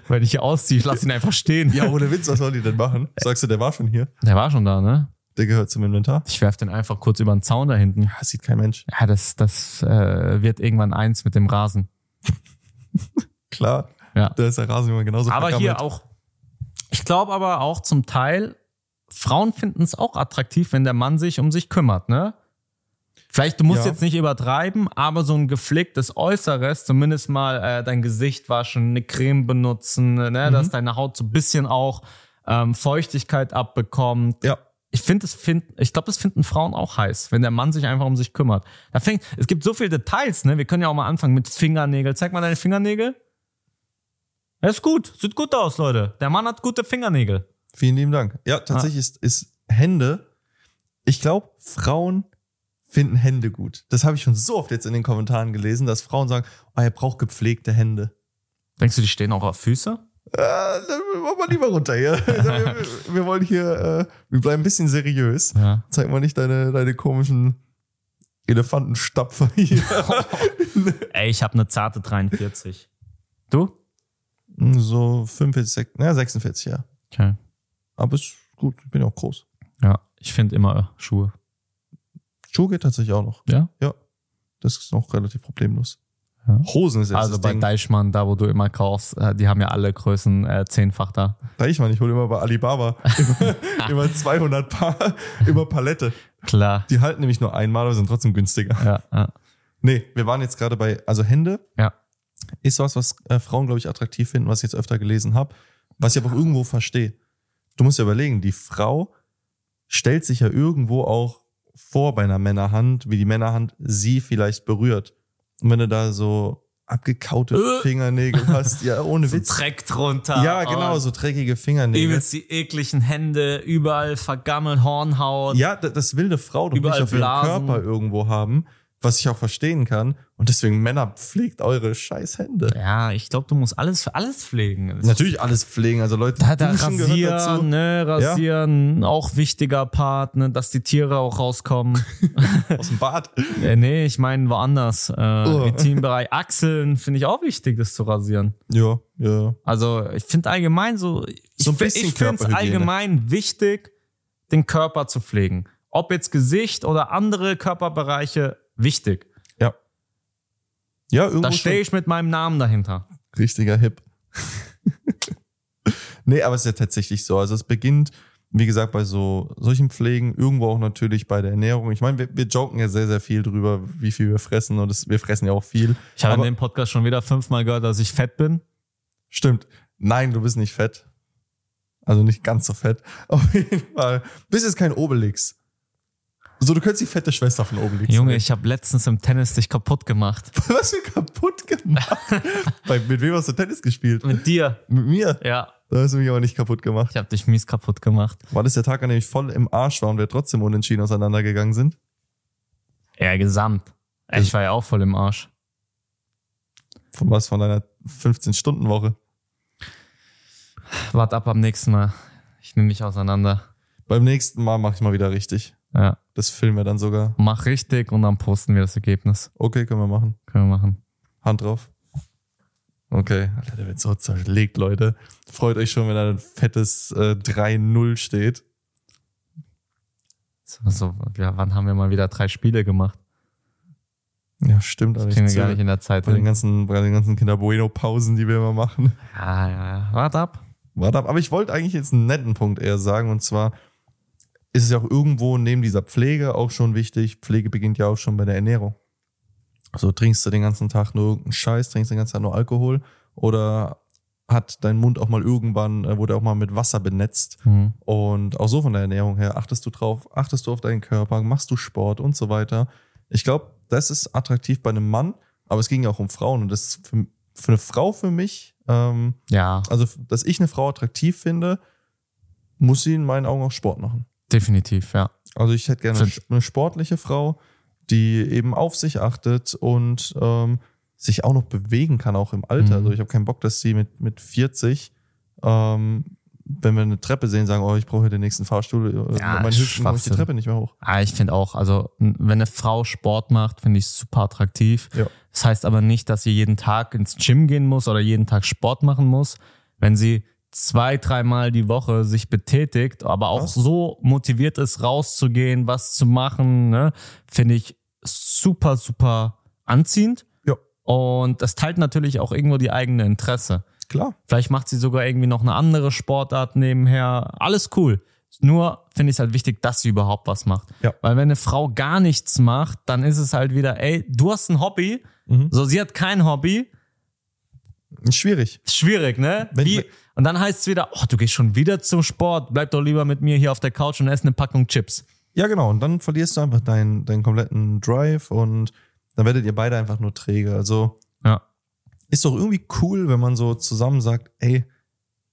Wenn ich hier ausziehe, ich lasse ihn einfach stehen. Ja, ohne Witz, was soll die denn machen? Sagst du, der war schon hier. Der war schon da, ne? Der gehört zum Inventar. Ich werf den einfach kurz über den Zaun da hinten. Ja, das sieht kein Mensch. Ja, das, das äh, wird irgendwann eins mit dem Rasen. Klar, Ja. da ist der Rasen immer genauso aber vergammelt. hier auch. Ich glaube aber auch zum Teil, Frauen finden es auch attraktiv, wenn der Mann sich um sich kümmert, ne? Vielleicht, du musst Ja. jetzt nicht übertreiben, aber so ein gepflegtes Äußeres, zumindest mal äh, dein Gesicht waschen, eine Creme benutzen, ne? Mhm. dass deine Haut so ein bisschen auch ähm, Feuchtigkeit abbekommt. Ja. Ich finde es find, ich glaube, das finden Frauen auch heiß, wenn der Mann sich einfach um sich kümmert. Da fängt, es gibt so viele Details, ne? Wir können ja auch mal anfangen mit Fingernägel. Zeig mal deine Fingernägel. Ja, ist gut. Sieht gut aus, Leute. Der Mann hat gute Fingernägel. Vielen lieben Dank. Ja, tatsächlich ist, ist Hände, ich glaube, Frauen finden Hände gut. Das habe ich schon so oft jetzt in den Kommentaren gelesen, dass Frauen sagen, oh, ihr braucht gepflegte Hände. Denkst du, die stehen auch auf Füße? Äh, dann machen wir lieber runter hier. wir, wir wollen hier, äh, wir bleiben ein bisschen seriös. Ja. Zeig mal nicht deine, deine komischen Elefantenstapfer hier. Ey, ich habe eine zarte 43. Du? Hm, so 45, 6, na, 46, ja. Okay. Aber ist gut, ich bin ja auch groß. Ja, ich finde immer äh, Schuhe. Schuhe geht tatsächlich auch noch. Ja? Ja. Das ist noch relativ problemlos. Ja. Hosen ist jetzt Also das bei Ding. Deichmann, da wo du immer kaufst, äh, die haben ja alle Größen äh, zehnfach da. Deichmann, ich hole immer bei Alibaba immer, immer 200 Paar, immer Palette. Klar. Die halten nämlich nur einmal, aber sind trotzdem günstiger. Ja, ja. Nee, wir waren jetzt gerade bei, also Hände Ja. ist was, was äh, Frauen, glaube ich, attraktiv finden, was ich jetzt öfter gelesen habe, was ich aber auch irgendwo verstehe. Du musst ja überlegen, die Frau stellt sich ja irgendwo auch vor bei einer Männerhand, wie die Männerhand sie vielleicht berührt. Und wenn du da so abgekaute Äh. Fingernägel hast, ja, ohne So Witz. Dreck drunter. Oh, Ja, genau, so ne? dreckige Fingernägel. Übelst die ekligen Hände, überall vergammelt, Hornhaut. Ja, da- das will eine Frau doch nicht Überall auf ihrem Blasen. Körper irgendwo haben, was ich auch verstehen kann. Und deswegen, Männer, pflegt eure scheiß Hände. Ja, ich glaube, du musst alles für alles pflegen. Natürlich alles pflegen, also Leute, Da, da duschen gehört rasieren, ne, rasieren, auch wichtiger Part, ne, dass die Tiere auch rauskommen. dazu, aus dem Bad. äh, nee, ich meine woanders. Äh, Oh. Intimbereich, Achseln finde ich auch wichtig, das zu rasieren. Ja, ja. Also ich finde allgemein so, So ein ich, bisschen ich finde es Körperhygiene. allgemein wichtig, den Körper zu pflegen. Ob jetzt Gesicht oder andere Körperbereiche, wichtig. Ja, irgendwo Da schon. stehe ich mit meinem Namen dahinter. richtiger Hip. nee, aber es ist ja tatsächlich so. Also es beginnt, wie gesagt, bei so solchen Pflegen, irgendwo auch natürlich bei der Ernährung. Ich meine, wir, wir joken ja sehr, sehr viel drüber, wie viel wir fressen und es, wir fressen ja auch viel. Ich habe in Aber- dem Podcast schon wieder fünfmal gehört, dass ich fett bin. Stimmt. Nein, du bist nicht fett. Also nicht ganz so fett. Auf jeden Fall. Bist jetzt kein Obelix. So, du könntest die fette Schwester von Obelix. Junge, nennen. ich habe letztens im Tennis dich kaputt gemacht. Was für kaputt gemacht. Bei, mit wem hast du Tennis gespielt? Mit dir. Mit mir. Ja, Da hast du mich aber nicht kaputt gemacht. ich habe dich mies kaputt gemacht. War das der Tag, an dem ich voll im Arsch war und wir trotzdem unentschieden auseinandergegangen sind? Ja, gesamt. Ich war ja auch voll im Arsch. Von was? Von deiner 15-Stunden-Woche. Wart ab am nächsten Mal. Ich nehme mich auseinander. Beim nächsten Mal mache ich mal wieder richtig. Ja. Das filmen wir dann sogar. Mach richtig und dann posten wir das Ergebnis. Okay, können wir machen. Können wir machen. Hand drauf. Okay, Alter, der wird so zerlegt, Leute. Freut euch schon, wenn da ein fettes äh, 3-0 steht. So, so, ja, wann haben wir mal wieder drei Spiele gemacht? Ja, stimmt. aber Das ich kriegen wir zähl- gar nicht in der Zeit bei den hin. ganzen, bei den ganzen Kinder Bueno Pausen, die wir immer machen. Ja, ja, ja. Warte ab. Warte ab. Aber ich wollte eigentlich jetzt einen netten Punkt eher sagen. Und zwar ist es ja auch irgendwo neben dieser Pflege auch schon wichtig. Pflege beginnt ja auch schon bei der Ernährung. So trinkst du den ganzen Tag nur irgendeinen Scheiß, trinkst den ganzen Tag nur Alkohol oder hat dein Mund auch mal irgendwann, äh, wurde auch mal mit Wasser benetzt. Mhm. Und auch so von der Ernährung her, achtest du drauf, achtest du auf deinen Körper, machst du Sport und so weiter. Ich glaube, das ist attraktiv bei einem Mann, aber es ging ja auch um Frauen. Und das ist für, für eine Frau für mich, ähm, Ja, also dass ich eine Frau attraktiv finde, muss sie in meinen Augen auch Sport machen. definitiv, ja. Also ich hätte gerne Sind- eine sportliche Frau, die eben auf sich achtet und ähm, sich auch noch bewegen kann, auch im Alter. Mhm. Also ich habe keinen Bock, dass sie mit, mit 40, ähm, wenn wir eine Treppe sehen, sagen, oh, ich brauche hier den nächsten Fahrstuhl, äh, Ja, meine Hüften komme ich die Schwachsinn. Treppe nicht mehr hoch. Ah, ich finde auch, also n- wenn eine Frau Sport macht, finde ich super attraktiv. Ja. Das heißt aber nicht, dass sie jeden Tag ins Gym gehen muss oder jeden Tag Sport machen muss. Wenn sie zwei, dreimal die Woche sich betätigt, aber auch Was? so motiviert ist, rauszugehen, was zu machen, ne, finde ich super, super anziehend. Ja. Und das teilt natürlich auch irgendwo die eigene Interesse. Klar. Vielleicht macht sie sogar irgendwie noch eine andere Sportart nebenher. Alles cool. Nur finde ich es halt wichtig, dass sie überhaupt was macht. Ja. Weil wenn eine Frau gar nichts macht, dann ist es halt wieder, ey, du hast ein Hobby, Mhm. so sie hat kein Hobby, Schwierig. ist schwierig, ne? Wenn- Wie, und dann heißt es wieder, oh, du gehst schon wieder zum Sport, bleib doch lieber mit mir hier auf der Couch und ess eine Packung Chips. Ja, genau. Und dann verlierst du einfach deinen, deinen kompletten Drive und dann werdet ihr beide einfach nur träge. Also Ja. ist doch irgendwie cool, wenn man so zusammen sagt, ey,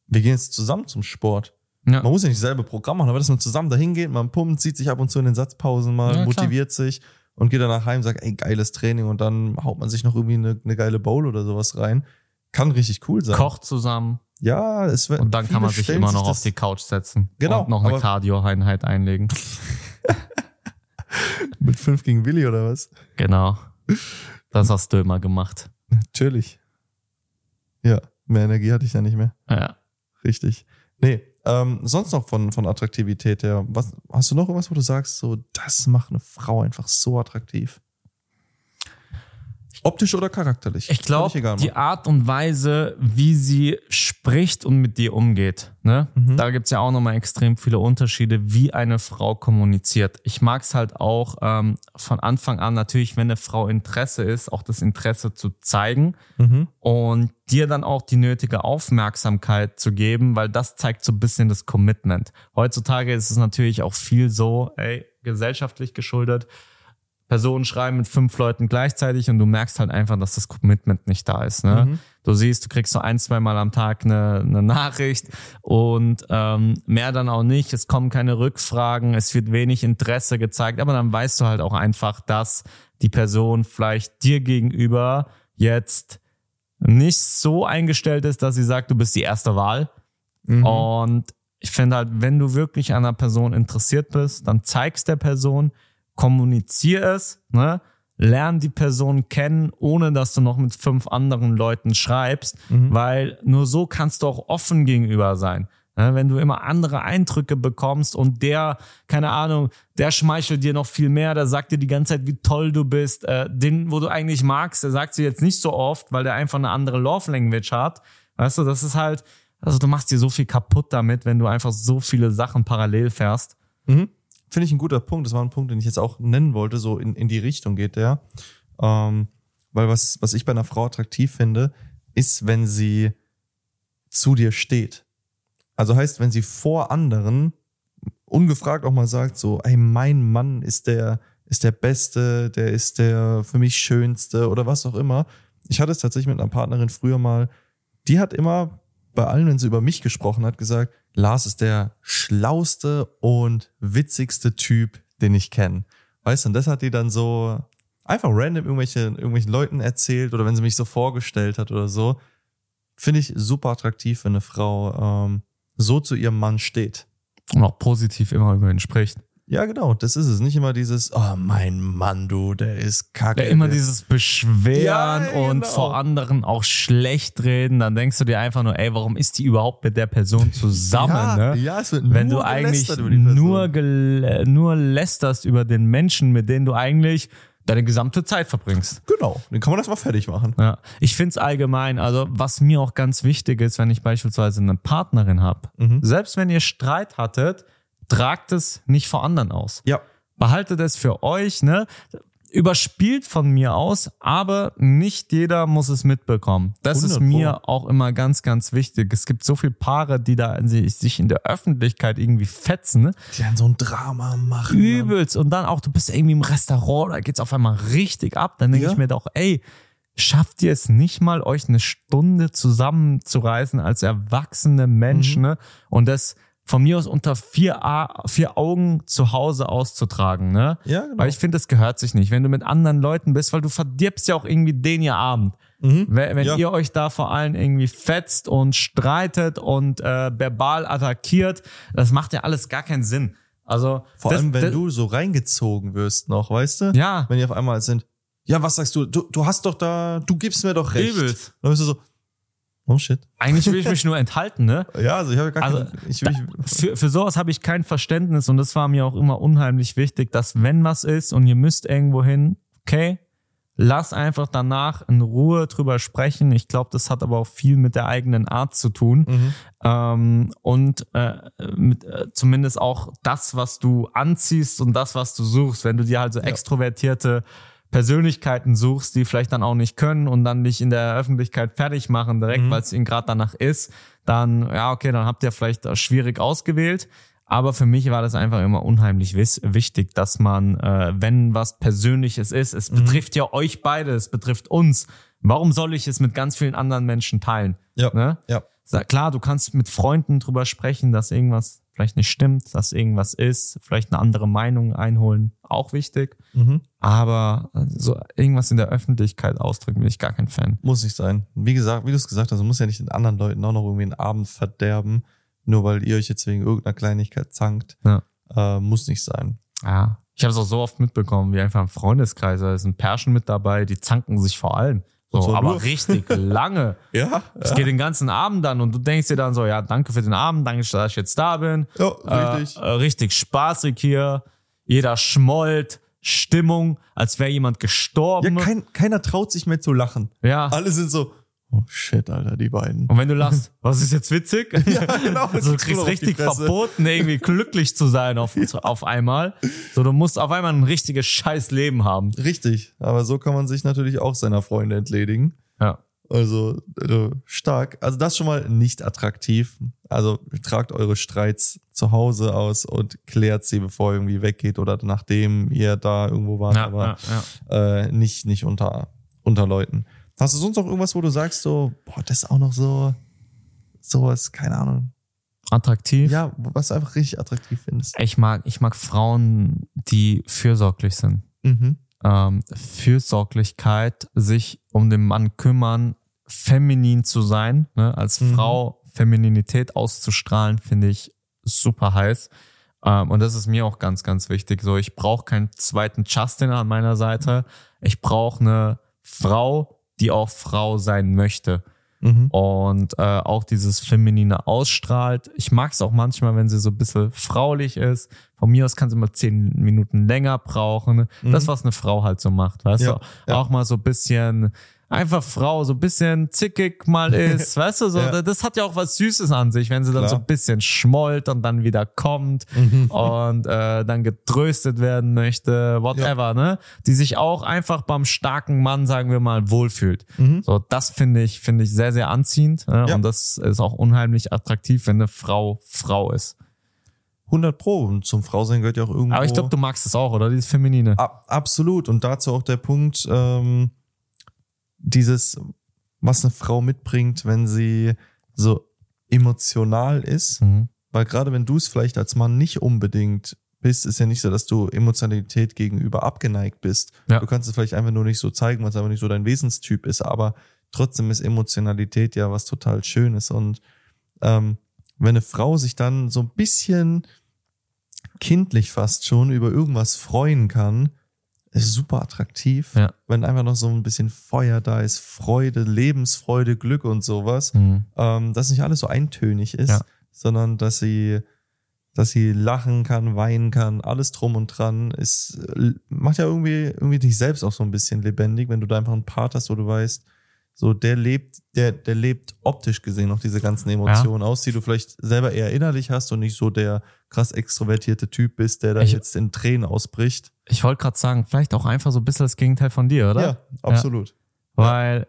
wir gehen jetzt zusammen zum Sport. Ja. Man muss ja nicht selber Programm machen, aber dass man zusammen dahin geht, man pumpt, sieht sich ab und zu in den Satzpausen mal, Ja, klar. motiviert sich und geht danach heim, sagt, ey, geiles Training und dann haut man sich noch irgendwie eine, eine geile Bowl oder sowas rein. Kann richtig cool sein. Koch zusammen Ja, es wird. und dann kann viele man sich stellen immer noch das- auf die Couch setzen Genau, und noch eine aber- Cardio-Einheit einlegen. Mit 5 gegen Willi oder was? genau. Das hast du immer gemacht. Natürlich. Ja, mehr Energie hatte ich ja nicht mehr. Ja. Richtig. Nee, ähm, sonst noch von, von Attraktivität her. Was, hast du noch irgendwas, wo du sagst, so, das macht eine Frau einfach so attraktiv? Optisch oder charakterlich? Ich Völlig egal, glaube, die Mann. Art und Weise, wie sie spricht und mit dir umgeht, ne? Mhm. da gibt es ja auch nochmal extrem viele Unterschiede, wie eine Frau kommuniziert. Ich mag es halt auch ähm, von Anfang an natürlich, wenn eine Frau Interesse ist, auch das Interesse zu zeigen Mhm. und dir dann auch die nötige Aufmerksamkeit zu geben, weil das zeigt so ein bisschen das Commitment. Heutzutage ist es natürlich auch viel so, ey, gesellschaftlich geschuldet. Personen schreiben mit fünf Leuten gleichzeitig und du merkst halt einfach, dass das Commitment nicht da ist. Ne? Mhm. Du siehst, du kriegst so ein, zweimal am Tag eine, eine Nachricht und ähm, mehr dann auch nicht. Es kommen keine Rückfragen, es wird wenig Interesse gezeigt, aber dann weißt du halt auch einfach, dass die Person vielleicht dir gegenüber jetzt nicht so eingestellt ist, dass sie sagt, du bist die erste Wahl. Mhm. Und ich finde halt, wenn du wirklich an einer Person interessiert bist, dann zeigst der Person, kommunizier es, ne? lern die Person kennen, ohne dass du noch mit fünf anderen Leuten schreibst, Mhm. weil nur so kannst du auch offen gegenüber sein. Ne? Wenn du immer andere Eindrücke bekommst und der, keine Ahnung, der schmeichelt dir noch viel mehr, der sagt dir die ganze Zeit, wie toll du bist, äh, den, wo du eigentlich magst, der sagt sie jetzt nicht so oft, weil der einfach eine andere Love Language hat. Weißt du, das ist halt, also du machst dir so viel kaputt damit, wenn du einfach so viele Sachen parallel fährst. Mhm. Finde ich ein guter Punkt. Das war ein Punkt, den ich jetzt auch nennen wollte, so in, in die Richtung geht der. Ähm, weil was, was ich bei einer Frau attraktiv finde, ist, wenn sie zu dir steht. Also heißt, wenn sie vor anderen ungefragt auch mal sagt, so, ey, mein Mann ist der, ist der Beste, der ist der für mich Schönste oder was auch immer. Ich hatte es tatsächlich mit einer Partnerin früher mal, die hat immer bei allen, wenn sie über mich gesprochen hat, gesagt, Lars ist der schlauste und witzigste Typ, den ich kenne. Weißt du, und das hat die dann so einfach random irgendwelche, irgendwelchen Leuten erzählt oder wenn sie mich so vorgestellt hat oder so. Finde ich super attraktiv, wenn eine Frau ähm, so zu ihrem Mann steht. Und auch positiv immer über ihn spricht. Ja, genau, das ist es. Nicht immer dieses, oh, mein Mann, du, der ist kacke. Ja, immer Der- dieses Beschweren Ja, und genau. vor anderen auch schlecht reden, dann denkst du dir einfach nur, ey, warum ist die überhaupt mit der Person zusammen, ja, ne? ja, es wird Wenn nur du eigentlich gelästert über die Person. nur, gel- äh, nur lästerst über den Menschen, mit denen du eigentlich deine gesamte Zeit verbringst. Genau, dann kann man das mal fertig machen. Ja. Ich finde es allgemein, also was mir auch ganz wichtig ist, wenn ich beispielsweise eine Partnerin habe, Mhm. selbst wenn ihr Streit hattet, tragt es nicht vor anderen aus. Ja, Behaltet es für euch, ne? Überspielt von mir aus, aber nicht jeder muss es mitbekommen. Das ist 100 Pro. mir auch immer ganz, ganz wichtig. Es gibt so viele Paare, die da in sich sich in der Öffentlichkeit irgendwie fetzen. Ne? die dann so ein Drama machen. Übelst. Und dann auch, du bist irgendwie im Restaurant, da geht's auf einmal richtig ab. Dann denke Ja. ich mir doch, ey, schafft ihr es nicht mal, euch eine Stunde zusammenzureißen als erwachsene Menschen Mhm. ne? und das von mir aus unter vier, A vier Augen zu Hause auszutragen, ne? Ja, genau. Weil ich finde, das gehört sich nicht, wenn du mit anderen Leuten bist, weil du verdirbst ja auch irgendwie den ihr Abend. Mhm. Wenn, wenn Ja. ihr euch da vor allem irgendwie fetzt und streitet und äh, verbal attackiert, das macht ja alles gar keinen Sinn. Also Vor das, allem, wenn das, du so reingezogen wirst noch, weißt du? ja Wenn die auf einmal sind, ja, was sagst du? Du, du hast doch da, du gibst mir doch recht. Übelst. Dann bist du so, oh shit. eigentlich will ich mich nur enthalten, ne? Ja, also ich habe gar Also, kein, ich, ich, Für, für sowas habe ich kein Verständnis und das war mir auch immer unheimlich wichtig, dass wenn was ist und ihr müsst irgendwo hin, okay, lass einfach danach in Ruhe drüber sprechen. Ich glaube, das hat aber auch viel mit der eigenen Art zu tun. mhm. ähm, und äh, mit, äh, zumindest auch das, was du anziehst und das, was du suchst. Wenn du dir halt so extrovertierte Persönlichkeiten suchst, die vielleicht dann auch nicht können und dann dich in der Öffentlichkeit fertig machen direkt, weil es ihnen gerade danach ist, dann, ja, okay, dann habt ihr vielleicht äh, schwierig ausgewählt. Aber für mich war das einfach immer unheimlich wiss- wichtig, dass man, äh, wenn was Persönliches ist, es betrifft ja euch beide, es betrifft uns. Warum soll ich es mit ganz vielen anderen Menschen teilen? Ja. Ne? Ja. Sa- Klar, du kannst mit Freunden drüber sprechen, dass irgendwas vielleicht nicht stimmt, dass irgendwas ist, vielleicht eine andere Meinung einholen, auch wichtig. Mhm. Aber äh, so irgendwas in der Öffentlichkeit ausdrücken, bin ich gar kein Fan. Muss nicht sein. Wie gesagt, wie du es gesagt hast, du musst ja nicht den anderen Leuten auch noch irgendwie einen Abend verderben, nur weil ihr euch jetzt wegen irgendeiner Kleinigkeit zankt. Ja. Äh, muss nicht sein. Ja. Ich habe es auch so oft mitbekommen, wie einfach im Freundeskreis, da ist ein Perschen mit dabei, die zanken sich vor allem. So, Und zwar aber nur. richtig lange. Ja. Es geht den ganzen Abend dann und du denkst dir dann so, ja, danke für den Abend, danke, dass ich jetzt da bin. ja richtig. Äh, äh, richtig spaßig hier. Jeder schmollt. Stimmung, als wäre jemand ja, gestorben. kein, keiner traut sich mehr zu lachen. Ja. Alle sind so, oh shit, Alter, die beiden. Und wenn du lachst, was ist jetzt witzig? Ja, genau. Jetzt Also du nur kriegst auf die richtig Fresse. verboten, irgendwie glücklich zu sein auf, auf einmal. So, du musst auf einmal ein richtiges scheiß Leben haben. Richtig. Aber so kann man sich natürlich auch seiner Freunde entledigen. Ja. Also äh, stark. Also das schon mal nicht attraktiv. Also tragt eure Streits zu Hause aus und klärt sie, bevor ihr irgendwie weggeht oder nachdem ihr da irgendwo wart, Ja, aber ja, ja. äh, nicht, nicht unter, unter Leuten. Hast du sonst noch irgendwas, wo du sagst, so, boah, das ist auch noch so, sowas, keine Ahnung. Attraktiv. Ja, was du einfach richtig attraktiv findest. Ich mag, ich mag Frauen, die fürsorglich sind. Mhm. ähm, Fürsorglichkeit, sich um den Mann kümmern, feminin zu sein, ne? als Mhm. Frau Femininität auszustrahlen, finde ich super heiß. Ähm, und das ist mir auch ganz, ganz wichtig. So, ich brauche keinen zweiten Justin an meiner Seite. Ich brauche eine Frau, die auch Frau sein möchte Mhm. und äh, auch dieses Feminine ausstrahlt. Ich mag es auch manchmal, wenn sie so ein bisschen fraulich ist. Von mir aus kann sie mal zehn Minuten länger brauchen. Mhm. Das, was eine Frau halt so macht, weißt Ja, du? ja. Auch mal so ein bisschen, einfach Frau, so ein bisschen zickig mal ist, weißt du? So, Ja. Das hat ja auch was Süßes an sich, wenn sie dann Klar. so ein bisschen schmollt und dann wieder kommt Mhm. und äh, dann getröstet werden möchte, whatever, ne? Die sich auch einfach beim starken Mann, sagen wir mal, wohlfühlt. Mhm. So, das finde ich, finde ich sehr, sehr anziehend. Ne? Ja. Und das ist auch unheimlich attraktiv, wenn eine Frau Frau ist. 100 Pro. Und zum Frausein gehört ja auch irgendwo. Aber ich glaube, du magst es auch, oder? Dieses Feminine. Ab, absolut. Und dazu auch der Punkt, ähm, dieses, was eine Frau mitbringt, wenn sie so emotional ist. Mhm. Weil gerade wenn du es vielleicht als Mann nicht unbedingt bist, ist ja nicht so, dass du Emotionalität gegenüber abgeneigt bist. Ja. Du kannst es vielleicht einfach nur nicht so zeigen, weil es einfach nicht so dein Wesenstyp ist. Aber trotzdem ist Emotionalität ja was total Schönes. Und ähm, wenn eine Frau sich dann so ein bisschen kindlich fast schon über irgendwas freuen kann, ist super attraktiv. Ja. Wenn einfach noch so ein bisschen Feuer da ist, Freude, Lebensfreude, Glück und sowas, Mhm. ähm, dass nicht alles so eintönig ist, Ja. sondern dass sie, dass sie lachen kann, weinen kann, alles drum und dran, ist, äh, macht ja irgendwie, irgendwie dich selbst auch so ein bisschen lebendig, wenn du da einfach einen Part hast, wo du weißt, so der lebt, der, der lebt optisch gesehen auch diese ganzen Emotionen aus, die du vielleicht selber eher innerlich hast und nicht so der krass extrovertierte Typ bist, der da Ich- jetzt in Tränen ausbricht. Ich wollte gerade sagen, vielleicht auch einfach so ein bisschen das Gegenteil von dir, oder? Ja, absolut. Weil,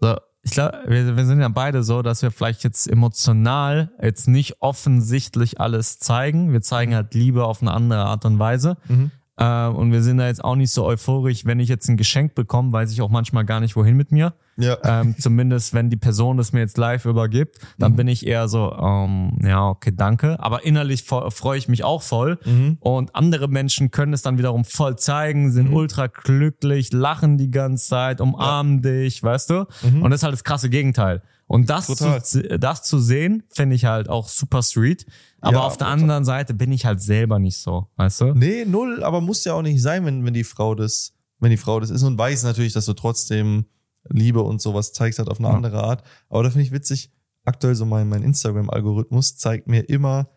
so, ich glaube, wir, wir sind ja beide so, dass wir vielleicht jetzt emotional jetzt nicht offensichtlich alles zeigen. Wir zeigen halt Liebe auf eine andere Art und Weise. Mhm. Ähm, und wir sind da jetzt auch nicht so euphorisch, wenn ich jetzt ein Geschenk bekomme, weiß ich auch manchmal gar nicht, wohin mit mir. Ja. Ähm, zumindest wenn die Person das mir jetzt live übergibt, dann Mhm. bin ich eher so, ähm, ja, okay, danke. Aber innerlich fo- freue ich mich auch voll. Mhm. Und andere Menschen können es dann wiederum voll zeigen, sind Mhm. ultra glücklich, lachen die ganze Zeit, umarmen dich, weißt du? Mhm. Und das ist halt das krasse Gegenteil. Und das, Total. zu, das zu sehen, finde ich halt auch super sweet. Aber Ja, auf der total. anderen Seite bin ich halt selber nicht so, weißt du? Nee, null, aber muss ja auch nicht sein, wenn, wenn die Frau das, wenn die Frau das ist und weiß natürlich, dass du trotzdem Liebe und sowas zeigst halt auf eine Ja. andere Art. Aber da finde ich witzig, aktuell so mein, mein Instagram-Algorithmus zeigt mir immer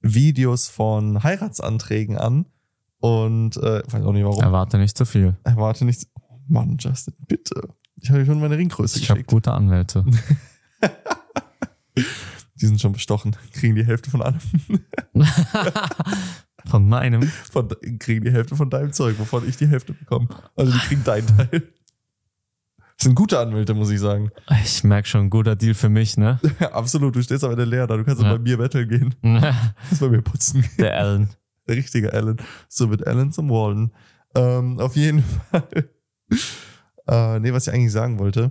Videos von Heiratsanträgen an und äh, weiß auch nicht warum. Erwarte nicht zu viel. Erwarte nichts. Oh Mann, Justin, bitte. Ich habe dir schon meine Ringgröße Ich habe geschickt. gute Anwälte. Die sind schon bestochen. Kriegen die Hälfte von allem. Von meinem. Von, kriegen die Hälfte von deinem Zeug, wovon ich die Hälfte bekomme. Also die kriegen deinen Teil. Das sind gute Anwälte, muss ich sagen. Ich merke schon, guter Deal für mich, ne? Ja, absolut. Du stehst am Ende leer da. Du kannst Ja. auch bei mir betteln gehen. der Du kannst bei mir putzen gehen. Allen. Der richtige Alan. So wird Alan zum Walden. Ähm, auf jeden Fall. äh, nee, was ich eigentlich sagen wollte.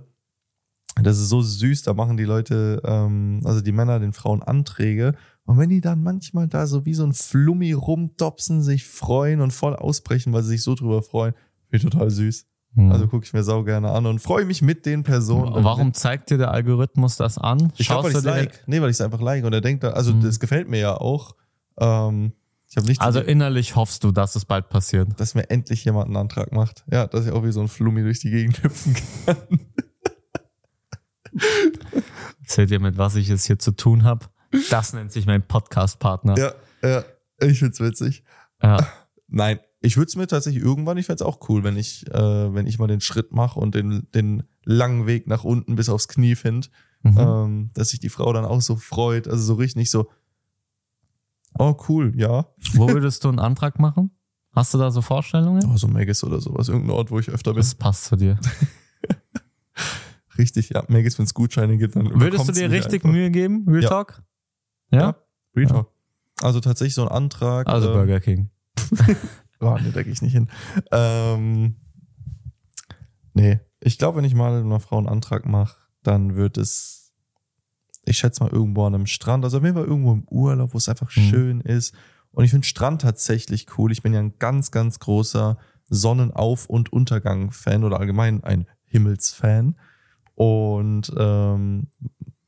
Das ist so süß, da machen die Leute, ähm, also die Männer den Frauen Anträge. Und wenn die dann manchmal da so wie so ein Flummi rumdopsen, sich freuen und voll ausbrechen, weil sie sich so drüber freuen, finde ich total süß. Hm. Also gucke ich mir sau gerne an und freue mich mit den Personen. Warum zeigt dir der Algorithmus das an? Ich glaube, weil ich es like. Nee, weil ich es einfach like. Und er denkt, dann- also Mhm. das gefällt mir ja auch. Ähm, ich habe nicht Also innerlich hoffst du, dass es bald passiert. dass mir endlich jemand einen Antrag macht. Ja, dass ich auch wie so ein Flummi durch die Gegend hüpfen kann. Seht ihr, mit was ich es hier zu tun habe? Das nennt sich mein Podcast-Partner. Ja, ja ich find's witzig. Ja. Nein, ich würde es mir tatsächlich irgendwann, ich find's auch cool, wenn ich, äh, wenn ich mal den Schritt mache und den, den langen Weg nach unten bis aufs Knie finde, Mhm. ähm, dass sich die Frau dann auch so freut, also so richtig nicht so, oh cool, ja. Wo würdest du einen Antrag machen? Hast du da so Vorstellungen? Oh, so Megis oder sowas, irgendein Ort, wo ich öfter bin. Das passt zu dir. Richtig, ja, Megis, wenn's Gutscheine gibt, dann Würdest du überkommt's dir mich richtig einfach. Mühe geben, Real Ja. Talk? Ja? Ja. Real Talk. Also tatsächlich so ein Antrag. Also ähm, Burger King. Oh, nee, da gehe ich nicht hin. Ähm, nee, ich glaube, wenn ich mal einer Frau einen Antrag mache, dann wird es, ich schätze mal, irgendwo an einem Strand, also auf jeden Fall irgendwo im Urlaub, wo es einfach Mhm. schön ist. Und ich finde Strand tatsächlich cool. Ich bin ja ein ganz, ganz großer Sonnenauf- und Untergang-Fan oder allgemein ein Himmelsfan. Und ähm,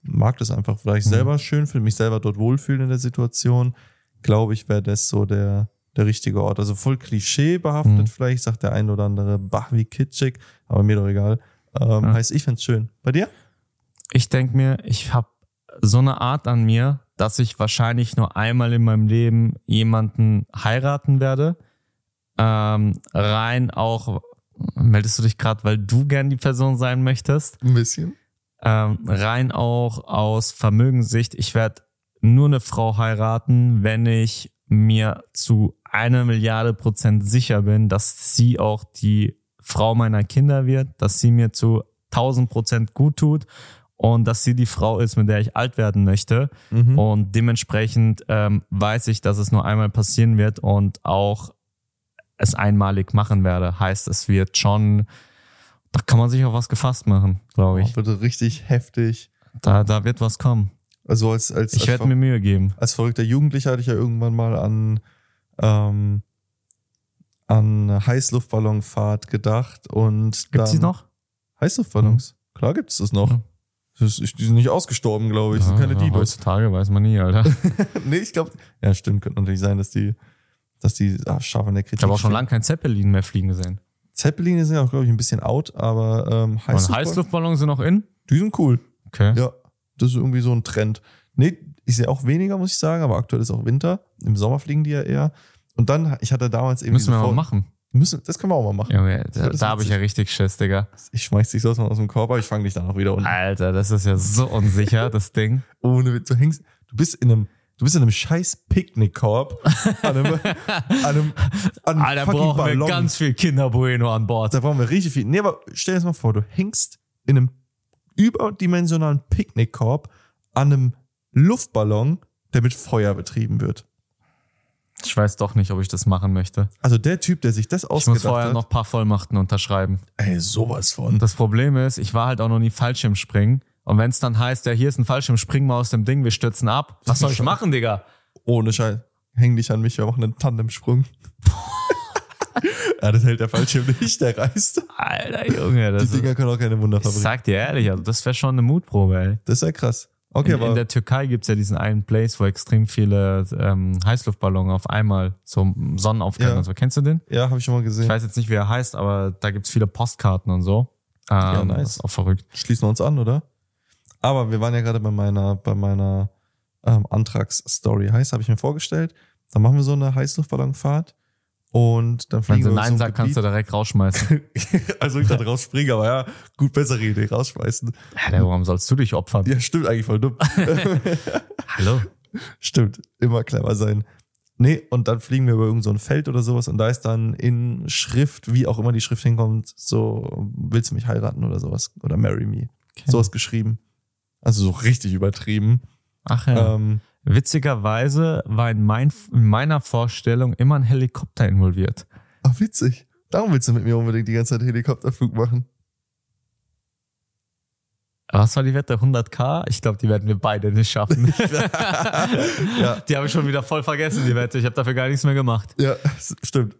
mag das einfach, weil ich Mhm. selber schön finde, mich selber dort wohlfühlen in der Situation. Glaube ich, wäre das so der, der richtige Ort. Also voll klischeebehaftet Mhm. vielleicht, sagt der ein oder andere, bah, wie kitschig, aber mir doch egal. Ähm, Ja. Heißt, ich find's schön. Bei dir? Ich denke mir, ich habe so eine Art an mir, dass ich wahrscheinlich nur einmal in meinem Leben jemanden heiraten werde. Ähm, rein auch, meldest du dich gerade, weil du gern die Person sein möchtest? Ein bisschen. Ähm, rein auch aus Vermögenssicht, ich werde nur eine Frau heiraten, wenn ich mir zu einer Milliarde Prozent sicher bin, dass sie auch die Frau meiner Kinder wird, dass sie mir zu 1000 Prozent gut tut und dass sie die Frau ist, mit der ich alt werden möchte. Mhm. Und dementsprechend ähm, weiß ich, dass es nur einmal passieren wird und auch es einmalig machen werde. Heißt, es wird schon, da kann man sich auch was gefasst machen, glaube ich. Oh, wird richtig heftig. Da, da wird was kommen. Also als, als, Ich als, werde mir Mühe geben. als verrückter Jugendlicher hatte ich ja irgendwann mal an, ähm, an eine Heißluftballonfahrt gedacht und Gibt es die dann- noch? Mhm. Heißluftballons. Klar gibt's das noch. Ja. Das ist, die sind nicht ausgestorben, glaube ich. Das sind keine ja, halt. Dinos. Heutzutage weiß man nie, Alter. nee, ich glaube. Ja, stimmt. Könnte natürlich sein, dass die dass die ah, scharf an der Kritik Ich habe auch schon stehen. lange kein Zeppelin mehr fliegen gesehen. Zeppeline sind auch, glaube ich, ein bisschen out, aber ähm, Und Heißluftballon- Heißluftballons sind noch in? die sind cool. Okay. Ja, das ist irgendwie so ein Trend. Nee, ich sehe auch weniger, muss ich sagen, aber aktuell ist auch Winter. Im Sommer fliegen die ja eher. Und dann, ich hatte damals eben. Müssen diese wir mal Vor- machen. Müssen, das können wir auch mal machen. Junge, da, Das ist da habe ich witzig. ja Ah. richtig Schiss, Digga. Ich schmeiß dich sonst mal aus dem Korb, aber ich fange dich dann auch wieder unten. Alter, das ist ja so unsicher, das Ding. Ohne Witz, du hängst, du bist in einem, du bist in einem scheiß Picknickkorb an einem, an einem, an einem Alter, fucking brauchen wir Ballon. ganz viel Kinderbueno an Bord. da brauchen wir richtig viel. Nee, aber stell dir das mal vor, du hängst in einem überdimensionalen Picknickkorb an einem Luftballon, der mit Feuer betrieben wird. Ich weiß doch nicht, ob ich das machen möchte. Also der Typ, der sich das Ich muss ausgedacht vorher hat, noch ein paar Vollmachten unterschreiben. ey, sowas von. Das Problem ist, ich war halt auch noch nie Fallschirmspringen. Und wenn es dann heißt, ja, hier ist ein Fallschirmspring mal aus dem Ding, wir stürzen ab. Was soll ich machen, Digga? Ohne Scheiß. Häng dich an mich, wir machen einen Tandemsprung. ja, das hält der Fallschirm nicht, der reißt. Alter, Junge, Die das ist, Dinger können auch keine Wunder ich verbringen. sag dir ehrlich, also das wäre schon eine Mutprobe, ey. Das ist ja krass. Okay, in, in aber der Türkei gibt es ja diesen einen Place, wo extrem viele ähm, Heißluftballons auf einmal so Sonnenaufgang Ja. und so. Kennst du den? ja, habe ich schon mal Ich gesehen. weiß jetzt nicht, wie er heißt, aber da gibt es viele Postkarten und so. Ähm, ja, nice. nice. Das ist auch verrückt. Schließen wir uns an, oder? Aber wir waren ja gerade bei meiner, bei meiner ähm, Antragsstory. Heißt, habe ich mir vorgestellt, dann machen wir so eine Heißluftballonfahrt und dann Wenn fliegen sie wir Nein sagt, kannst du direkt rausschmeißen. also ich dachte rausspringen, aber ja, gut bessere Idee, rausschmeißen. Alter, warum sollst du dich opfern? Ja, stimmt eigentlich voll dumm. Hallo? Stimmt, immer clever sein. Nee, und dann fliegen wir über irgend so ein Feld oder sowas und da ist dann in Schrift, wie auch immer die Schrift hinkommt, so, willst du mich heiraten oder sowas? Oder marry me. Sowas geschrieben. Also so richtig übertrieben. Ach ja. Ähm, Witzigerweise war in, mein, in meiner Vorstellung immer ein Helikopter involviert. ach, witzig. Darum willst du mit mir unbedingt die ganze Zeit Helikopterflug machen. Was war die Wette? 100k? Ich glaube, die werden wir beide nicht schaffen. Ja. Die habe ich schon wieder voll vergessen, die Wette. Ich habe dafür gar nichts mehr gemacht. Ja, s- stimmt.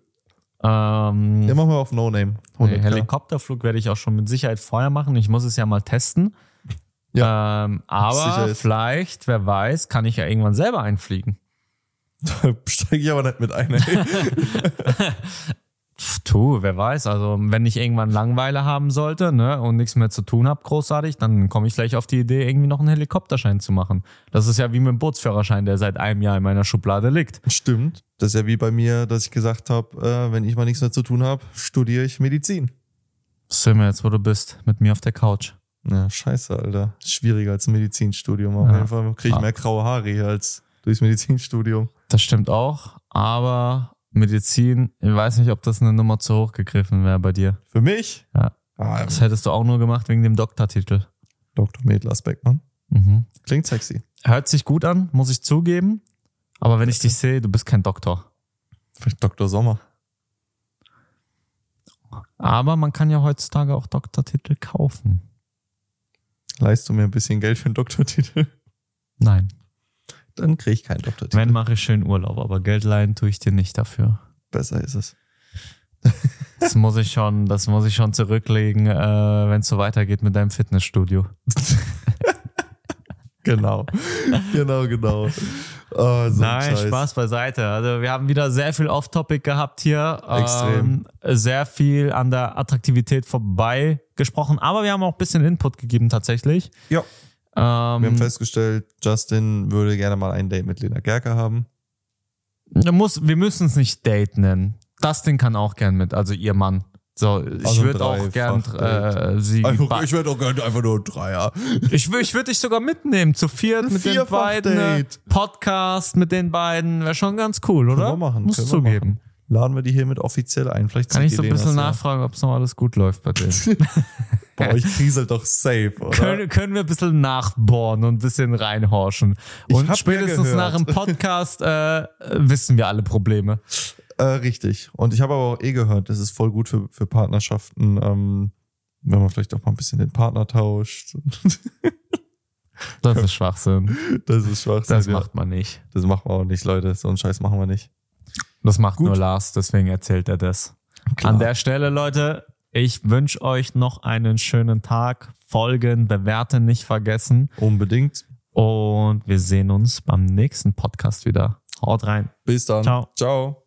Ähm, Ja, machen wir auf No Name. nee, 100, ja. Helikopterflug werde ich auch schon mit Sicherheit vorher machen. Ich muss es ja mal testen. Ähm, aber Sicherheit. vielleicht, wer weiß, kann ich ja irgendwann selber einfliegen. Da steige ich aber nicht mit ein. ey. Pff, tu, wer weiß. Also, wenn ich irgendwann Langeweile haben sollte ne, und nichts mehr zu tun habe, großartig, dann komme ich gleich auf die Idee, irgendwie noch einen Helikopterschein zu machen. Das ist ja wie mit dem Bootsführerschein, der seit einem Jahr in meiner Schublade liegt. Stimmt. Das ist ja wie bei mir, dass ich gesagt habe, äh, wenn ich mal nichts mehr zu tun habe, studiere ich Medizin. Sim, jetzt wo du bist, mit mir auf der Couch. Ja, scheiße, Alter. Schwieriger als ein Medizinstudium. Auf Ja. jeden Fall kriege ich Ah. mehr graue Haare hier als durchs Medizinstudium. Das stimmt auch, aber Medizin, ich weiß nicht, ob das eine Nummer zu hoch gegriffen wäre bei dir. Für mich? Ja. Ah, Das hättest du auch nur gemacht wegen dem Doktortitel. Dr. Medlas Beckmann. Mhm. ne? Klingt sexy. Hört sich gut an, muss ich zugeben. Aber wenn ich dich sehe, du bist kein Doktor. Vielleicht Dr. Sommer. Aber man kann ja heutzutage auch Doktortitel kaufen. Leist du mir ein bisschen Geld für einen Doktortitel? Nein. Dann kriege ich keinen Doktortitel. Wenn, mache ich schön Urlaub, aber Geld leihen tue ich dir nicht dafür. Besser ist es. Das muss ich schon, das muss ich schon zurücklegen, äh, wenn es so weitergeht mit deinem Fitnessstudio. Genau. genau, genau. Ah, so ein Nein, Scheiß. Spaß beiseite. Also wir haben wieder sehr viel Off-Topic gehabt hier. Extrem. Ähm, sehr viel an der Attraktivität vorbei gesprochen, aber wir haben auch ein bisschen Input gegeben tatsächlich. Ja. Ähm, Wir haben festgestellt, Justin würde gerne mal ein Date mit Lena Gerke haben. da muss, wir müssen es nicht Date nennen. Dustin kann auch gern mit, also ihr Mann. So, ich Also würde auch gern Dreifach-Date. äh, sie. Einfach, ich werde auch gerne einfach nur ein Dreier. Ich, wür- ich würde dich sogar mitnehmen, zu viert Ein mit den beiden. Ne? Vierfach-Date. Podcast mit den beiden. Wäre schon ganz cool, oder? Können wir machen. Muss können zugeben. Wir machen. Laden wir die hiermit offiziell ein. Vielleicht Kann zieht ich so die ein Lena bisschen es ja. nachfragen, ob es noch alles gut läuft bei denen? Bei euch kriselt doch safe, oder? können, können wir ein bisschen nachbohren und ein bisschen reinhorschen. Ich Und hab spätestens ja gehört. nach dem Podcast äh, wissen wir alle Probleme. Äh, richtig. Und ich habe aber auch eh gehört, das ist voll gut für, für Partnerschaften, ähm, wenn man vielleicht auch mal ein bisschen den Partner tauscht. Das ist Schwachsinn. Das ist Schwachsinn. Das ja. macht man nicht. das machen wir auch nicht, Leute. So einen Scheiß machen wir nicht. Das macht Gut. nur Lars, deswegen erzählt er das. An der Stelle, Leute, ich wünsche euch noch einen schönen Tag. Folgen, bewerten nicht vergessen. Unbedingt. Und wir sehen uns beim nächsten Podcast wieder. Haut rein. Bis dann. Ciao. Ciao.